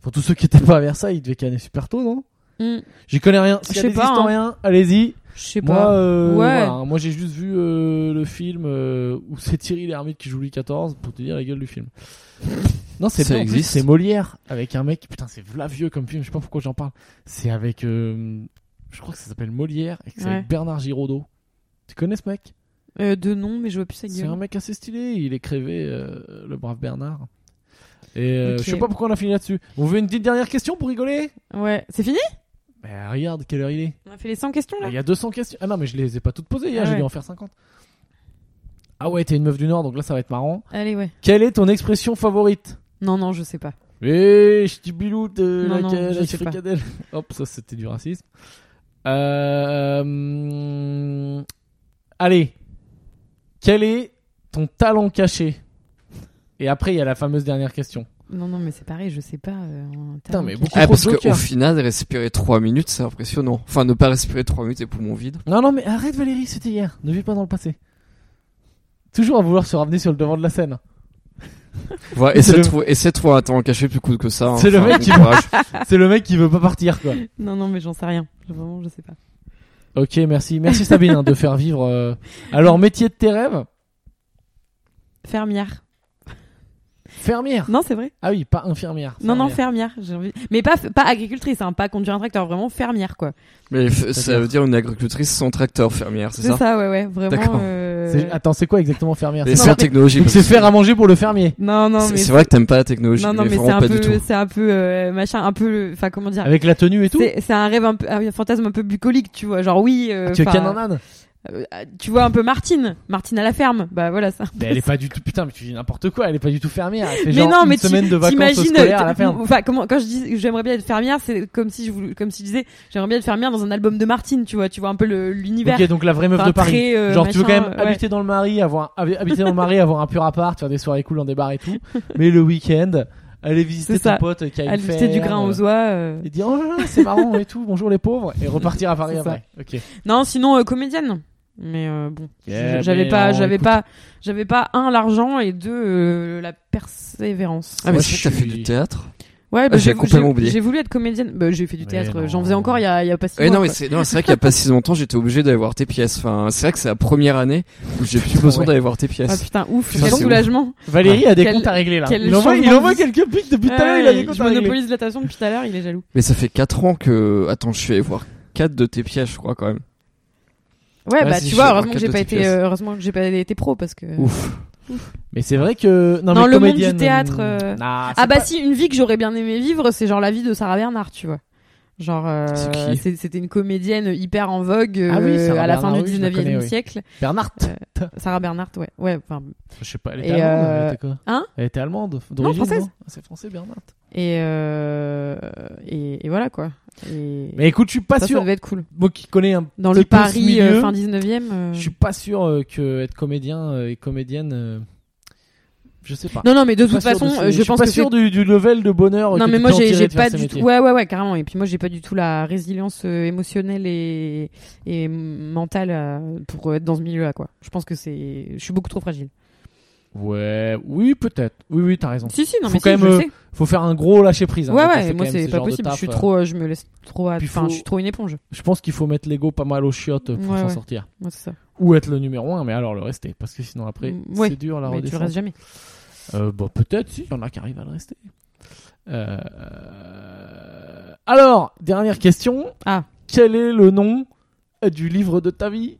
S2: Pour tous ceux qui étaient pas à Versailles, ils devaient canner super tôt, non
S1: dire. Hmm,
S2: J'y connais rien. S'il y a
S1: Je sais
S2: des
S1: pas, hein.
S2: historiens, allez-y.
S1: je sais
S2: Moi,
S1: pas.
S2: euh,
S1: Ouais.
S2: voilà, hein. moi j'ai juste vu euh, le film euh, où c'est Thierry Lhermitte qui joue Louis XIV pour te dire la gueule du film. non, c'est
S3: Ça
S2: bien, en plus,
S3: existe
S2: C'est Molière avec un mec. Putain, c'est vla vieux comme film. Je sais pas pourquoi j'en parle. C'est avec, euh, je crois que ça s'appelle Molière et que c'est
S1: Ouais.
S2: avec Bernard Giraudot. Tu connais ce mec
S1: Euh, de nom, mais je vois plus sa
S2: C'est
S1: gueule.
S2: un mec assez stylé. Il est crévé, euh, le brave Bernard. Et euh,
S1: Ok.
S2: je sais pas pourquoi on a fini là-dessus. On veut une petite dernière question pour rigoler
S1: Ouais, c'est fini
S2: Mais regarde, quelle heure il est
S1: On a fait les 100 questions
S2: Ah,
S1: là
S2: Il y a 200 questions. Ah non, mais je les ai pas toutes posées hier,
S1: Ah
S2: j'ai dû
S1: ouais.
S2: en faire 50. Ah ouais, t'es une meuf du Nord, donc là ça va être marrant.
S1: Allez, ouais.
S2: Quelle est ton expression favorite
S1: Non, non, je sais pas.
S2: Eh, je dis bilou de
S1: Non,
S2: la,
S1: non,
S2: ca-
S1: je
S2: la
S1: sais pas.
S2: fricadelle. Hop, ça c'était du racisme. Euh, hum, Allez, quel est ton talent caché Et après, il y a la fameuse dernière question.
S1: Non, non, mais c'est pareil, je sais pas. euh, en
S2: Putain,
S1: termes
S2: mais
S1: de-
S2: beaucoup.
S3: Ah, parce
S2: Joker.
S3: qu'au final, respirer 3 minutes, c'est impressionnant. Enfin, ne pas respirer 3 minutes et poumons vides.
S2: Non, non, mais arrête Valérie, c'était hier. Ne vis pas dans le passé. Toujours à vouloir se ramener sur le devant de la scène.
S3: Voilà,
S2: C'est
S3: essaie,
S2: le-
S3: de trouver, essaie de trouver un talent caché plus cool que ça. hein.
S2: C'est le
S3: Enfin,
S2: mec
S3: bon
S2: qui-
S3: courage.
S1: Ah.
S2: C'est le mec qui veut pas partir, quoi.
S1: Non, non, mais j'en sais rien. Vraiment, je sais pas.
S2: Ok, merci. Merci Sabine hein, de faire vivre. euh, Alors, métier de tes rêves
S1: Fermière.
S2: Fermière.
S1: Non, c'est vrai.
S2: Ah oui, pas infirmière.
S1: Non, non, fermière.
S2: fermière.
S1: j'ai envie- Mais pas, pas agricultrice, hein, pas conduire un tracteur, vraiment fermière, quoi.
S3: Mais f-
S2: C'est-à-dire
S3: ça veut dire une agricultrice sans tracteur fermière, c'est
S1: C'est
S3: ça,
S1: ça, ouais, ouais, vraiment.
S3: D'accord.
S1: euh,
S2: C'est- ah. Attends, c'est quoi exactement fermière
S3: Mais
S2: C'est-
S1: Non,
S3: sans
S1: mais-
S3: technologie.
S2: Donc,
S3: parce
S2: C'est
S3: que-
S2: faire à manger pour le fermier.
S1: Non, non,
S3: C'est
S1: mais.
S3: c'est vrai que t'aimes pas la technologie,
S1: Non, non,
S3: mais,
S1: mais c'est
S3: vraiment
S1: un
S3: pas du
S1: peu,
S3: tout.
S1: c'est un peu euh, machin, un peu, enfin comment dire,
S2: Avec la tenue et tout
S1: c'est euh, c'est un rêve un peu, un fantasme un peu bucolique, tu vois, genre oui, euh,
S2: Ah, Tu es
S1: enfin,
S2: qu'un âne
S1: euh, tu vois un peu Martine, Martine à la ferme, bah voilà ça.
S2: Mais elle est pas du tout. Putain, mais tu dis n'importe quoi, elle est pas du tout fermière. Elle fait
S1: Mais
S2: genre
S1: non,
S2: une
S1: mais tu-
S2: semaine de vacances
S1: T'imagines, euh,
S2: scolaires à la
S1: t-
S2: ferme.
S1: enfin comment, quand je dis que j'aimerais bien être fermière, c'est comme si je voulais, comme si je disais, j'aimerais bien être fermière dans un album de Martine, tu vois, tu vois un peu le- l'univers.
S2: Ok, donc la vraie meuf
S1: Enfin,
S2: de Paris.
S1: très, euh,
S2: Genre, tu veux quand
S1: machin,
S2: même
S1: ouais.
S2: habiter dans le Marais, avoir, habi- habiter dans le Marais, avoir un pur appart, faire des soirées cool dans des bars et tout. mais le week-end, aller visiter
S1: C'est
S2: ton
S1: ça.
S2: pote qui a une
S1: à l'unité du
S2: ferme,
S1: grain aux oies. euh.
S2: Et dire, oh, c'est marrant et tout, bonjour les pauvres, et repartir à Paris
S1: C'est
S2: après. Ok.
S1: Non, sinon euh, comédienne. Mais euh, bon,
S2: Yeah,
S1: j'avais
S2: mais
S1: pas,
S2: non,
S1: j'avais
S2: écoute.
S1: pas, j'avais pas un l'argent et deux euh, la persévérance.
S3: Ah,
S2: Moi,
S3: mais
S2: je
S3: c'est vrai que t'as fait
S2: suis-
S3: du théâtre
S1: Ouais, bah,
S3: Ah, j'ai
S1: j'ai
S3: complètement
S1: j'ai-
S3: oublié.
S1: J'ai voulu être comédienne. Bah, j'ai fait du
S2: Mais
S1: théâtre. euh,
S2: non.
S1: J'en faisais encore il y a, il y a pas si
S3: Ouais,
S1: longtemps.
S3: non, mais c'est non, c'est vrai qu'il y a pas si longtemps, j'étais obligé d'aller voir tes pièces. Enfin, c'est vrai que c'est la première année où j'ai plus besoin
S2: Ouais.
S3: d'aller voir tes pièces.
S1: Ah putain, ouf,
S3: Putain,
S1: quel
S3: c'est ouf.
S1: soulagement.
S2: Valérie a des
S1: Quel-
S2: comptes à régler là.
S1: quel
S2: Il envoie, il
S1: changement
S2: envoie
S1: de-
S2: quelques pics depuis tout à l'heure, il a des comptes
S1: Ah, je
S2: à régler.
S1: monopolise la station depuis tout à l'heure, il est jaloux.
S3: Mais ça fait 4 ans que. Attends, je suis allé voir 4 de tes pièces, je crois, quand même.
S1: Ouais,
S3: Ouais,
S1: bah
S3: si,
S1: tu
S3: je
S1: vois,
S3: vois
S1: heureusement que j'ai
S3: quatre
S1: pas
S3: de
S1: été,
S3: TPS.
S1: euh, heureusement que j'ai pas été pro parce que.
S3: Ouf.
S2: Mais c'est vrai que. Non,
S1: Dans
S2: mais
S1: le monde du
S2: comédienne,
S1: théâtre,
S2: euh,
S1: euh,
S2: nah,
S1: Ah
S2: c'est
S1: bah
S2: pas-
S1: si, une vie que j'aurais bien aimé vivre, c'est genre la vie de Sarah Bernard, tu vois. Genre, euh,
S3: C'est qui
S1: c'est- c'était une comédienne hyper en vogue euh,
S2: Ah oui, Sarah
S1: à la fin
S2: Bernhardt,
S1: du
S2: oui, je la
S1: 19e
S2: connais, oui.
S1: siècle.
S2: Bernard.
S1: Sarah Bernhardt, ouais. Ouais, enfin,
S2: Je sais pas, elle
S1: Et,
S2: était allemande.
S1: euh,
S2: Elle était quoi
S1: hein
S2: Elle était allemande. d'origine,
S1: française.
S2: Ah, C'est français, Bernard.
S1: et, euh, et, et voilà quoi. Et
S2: Mais écoute, je suis pas
S1: ça, ça
S2: sûr.
S1: devait être cool.
S2: Moi qui connais un
S1: Dans
S2: petit
S1: le
S2: peu ce
S1: Paris euh,
S2: milieu,
S1: fin 19e. euh,
S2: Je suis pas sûr euh, que être comédien euh, et comédienne. euh, Je sais pas.
S1: Non, non, mais de
S2: Je suis
S1: toute
S2: pas sûr
S1: façon,
S2: ce-
S1: euh, je
S2: suis
S1: pense
S2: pas
S1: que
S2: sûr
S1: c'est-
S2: du, du level de bonheur.
S1: Non
S2: que
S1: mais
S2: tu
S1: moi
S2: peux en
S1: j'ai
S2: tirer
S1: j'ai
S2: de faire
S1: pas
S2: ce
S1: du tout
S2: métier.
S1: ouais ouais ouais carrément et puis moi j'ai pas du tout la résilience euh, émotionnelle et et mentale euh, pour être dans ce milieu là quoi. Je pense que c'est je suis beaucoup trop fragile.
S2: Ouais, oui, peut-être. Oui, oui, t'as raison.
S1: Si si non
S2: Faut
S1: mais
S2: quand
S1: si,
S2: même,
S1: je le
S2: euh,
S1: sais.
S2: Faut faire un gros lâcher prise. hein,
S1: ouais
S2: quand on
S1: ouais
S2: fait
S1: moi
S2: quand même
S1: c'est
S2: ce
S1: pas
S2: genre de
S1: possible,
S2: taf,
S1: je suis
S2: euh,
S1: trop euh, je me laisse trop à-
S2: Puis
S1: enfin
S2: faut-
S1: je suis trop une éponge.
S2: Je pense qu'il faut mettre l'ego pas mal aux chiottes pour
S1: Ouais,
S2: s'en
S1: ouais.
S2: sortir.
S1: Moi c'est ça.
S2: Ou être le numéro 1, mais alors le rester. Parce que sinon, après,
S1: Mm, ouais,
S2: c'est dur la
S1: mais tu le
S2: redescente.
S1: restes jamais.
S2: Euh, bah, peut-être, si, il y en a qui arrivent à le rester. Euh, Alors, dernière question.
S1: Ah.
S2: Quel est le nom du livre de ta vie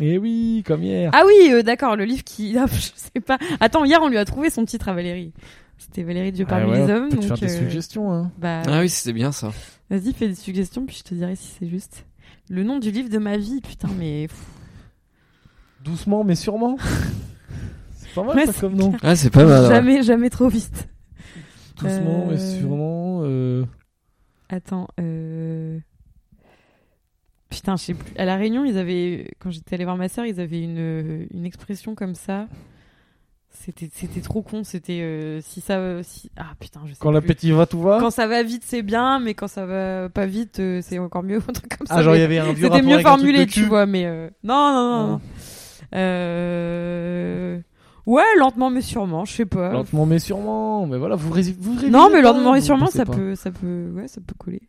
S2: Eh oui, comme hier.
S1: Ah oui, euh, d'accord, le livre qui ah, je sais pas. Attends, hier on lui a trouvé son titre à Valérie. C'était Valérie Dieu parmi
S2: Ah ouais,
S1: les hommes
S2: on peut te
S1: donc
S2: faire des
S1: euh,
S2: suggestions. Hein.
S1: bah
S3: Ah oui, c'était bien ça.
S1: vas-y, fais des suggestions puis je te dirai si c'est juste. Le nom du livre de ma vie, putain mais
S2: Doucement, mais sûrement. c'est pas mal
S1: Ouais,
S2: ça
S1: c'est
S2: comme nom.
S3: Ah, c'est pas mal. ouais.
S1: jamais, jamais trop vite.
S2: Doucement, mais
S1: Euh.
S2: sûrement. euh,
S1: Attends, euh... putain, je sais plus. À la Réunion, ils avaient, quand j'étais allée voir ma sœur, ils avaient une, une expression comme ça. C'était, c'était trop con. C'était euh, si ça, euh, si ah putain, je sais
S2: Quand
S1: plus.
S2: l'appétit va, tout va.
S1: Quand ça va vite, c'est bien, mais quand ça va pas vite, euh, c'est encore mieux. Un truc comme
S2: Ah,
S1: ça.
S2: genre, il
S1: mais
S2: y avait un
S1: C'était
S2: vieux rapport
S1: mieux
S2: avec un truc de
S1: formulé, tu
S2: cul.
S1: vois, mais euh, non, non, non.
S2: Non.
S1: non. Euh... Ouais, lentement mais sûrement, je sais pas.
S2: Lentement, mais sûrement. Mais voilà, vous, ré- vous révisez
S1: Non, mais
S2: pas,
S1: lentement mais
S2: vous
S1: sûrement,
S2: pensez
S1: ça
S2: pas.
S1: peut, Mm. ça peut, ouais, ça peut coller.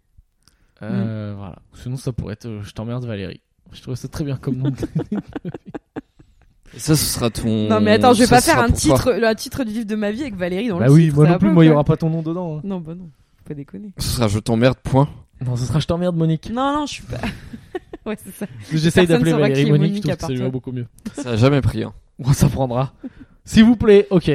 S2: Euh, Voilà. Sinon, ça pourrait être euh, Je t'emmerde, Valérie. Je trouve ça très bien comme nom.
S3: Et ça, ce sera ton.
S1: Non mais attends, je vais
S3: Hmm, ça
S1: pas
S3: sera
S1: faire un
S3: pour toi.
S1: titre, le titre du livre de ma vie avec Valérie dans
S2: bah
S1: le
S2: oui,
S1: titre,
S2: moi
S1: ça
S2: non
S1: va
S2: plus,
S1: pas,
S2: moi, il y
S1: quoi.
S2: aura pas ton nom dedans. hein.
S1: Non bah non, faut pas déconner.
S3: Ce sera je t'emmerde, point.
S2: Non, ce sera Je t'emmerde, Monique.
S1: Non non, je suis pas. ouais c'est ça.
S2: J'essaye
S1: Personne
S2: d'appeler
S1: saura
S2: Valérie
S1: qui est
S2: Monique,
S1: Monique
S2: je
S1: à
S2: trouve que
S1: part
S2: ça lui va
S1: toi.
S2: beaucoup mieux.
S3: Ça a jamais pris. Hein.
S2: Bon, ça prendra. S'il vous plaît, ok.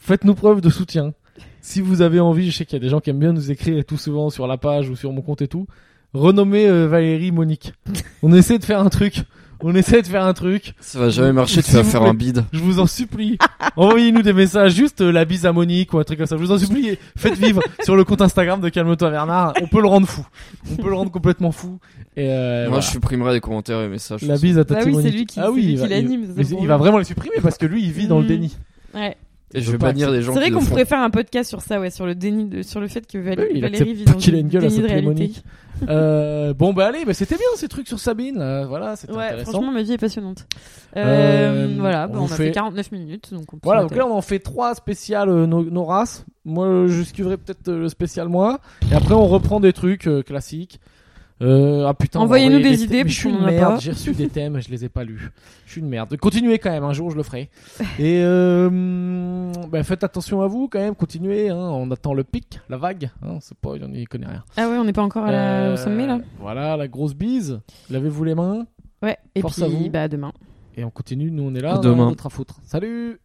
S2: Faites-nous preuve de soutien. Si vous avez envie, je sais qu'il y a des gens qui aiment bien nous écrire et tout souvent sur la page ou sur mon compte et tout. Renommez euh, Valérie Monique. On essaie de faire un truc. On essaie de faire un truc.
S3: Ça va jamais marcher, tu
S2: S'il
S3: vas
S2: vous
S3: faire
S2: plaît.
S3: un bide.
S2: Je vous en supplie. Envoyez-nous des messages, juste euh, la bise à Monique ou un truc comme ça. Je vous en supplie. Faites vivre sur le compte Instagram de Calme-toi Bernard. On peut le rendre fou. On peut le rendre complètement fou. Et euh,
S3: Moi,
S2: voilà.
S3: je supprimerai des commentaires et messages.
S2: La bise à Tati
S1: Ah oui, c'est
S2: Monique.
S1: lui qui-
S2: ah
S1: c'est
S2: oui,
S1: lui
S2: il
S1: qui
S2: va- il-
S1: l'anime, c'est
S2: mais
S1: pour
S2: il
S1: lui.
S2: va vraiment les supprimer parce que lui, il vit dans le
S1: Mm.
S2: déni.
S1: Ouais.
S3: Et
S2: Je
S3: je vais
S2: veux pas
S3: bannir les gens
S1: C'est vrai
S3: qui le
S1: qu'on
S3: font.
S1: pourrait faire un podcast sur ça, ouais, sur le déni de, sur le fait que Val-
S2: Bah Oui, il
S1: Valérie
S2: accepte
S1: vit
S2: pas
S1: dans
S2: qu'il
S1: une
S2: a une gueule à
S1: déni de
S2: s'appeler
S1: réalité.
S2: Monique. Euh, bon bah allez, bah, c'était bien ces trucs sur Sabine. là. Voilà, c'était
S1: Ouais,
S2: intéressant.
S1: franchement, ma vie est passionnante. Euh,
S2: Euh,
S1: voilà,
S2: on
S1: bah, on,
S2: vous
S1: a fait...
S2: fait
S1: 49 minutes, donc on peut
S2: Voilà, donc
S1: s'arrêter
S2: là on en fait trois spéciales euh, nos, nos races. Moi, euh, je suivrai peut-être euh, le spécial moi. Et après, on reprend des trucs euh, classiques. Euh, ah putain, on va
S1: Envoyez-nous
S2: envoyer
S1: des
S2: thèmes.
S1: idées,
S2: Mais
S1: parce
S2: Je suis
S1: qu'on
S2: une
S1: en a
S2: merde.
S1: pas.
S2: J'ai reçu des thèmes, je les ai pas lus. Je suis une merde. Continuez quand même, un jour je le ferai. Et euh, bah, faites attention à vous quand même. Continuez. hein. On attend le pic, la vague. Hein, c'est pas, on y connaît rien.
S1: là. Ah ouais, on n'est pas encore à la-
S2: Euh,
S1: au sommet là.
S2: Voilà, la grosse bise. Lavez-vous les mains
S1: Ouais. Et
S2: Euh, force à
S1: puis,
S2: vous.
S1: bah à demain.
S2: et on continue. Nous, on est là.
S3: À
S2: on a
S3: demain.
S2: rien d'autre à foutre. Salut.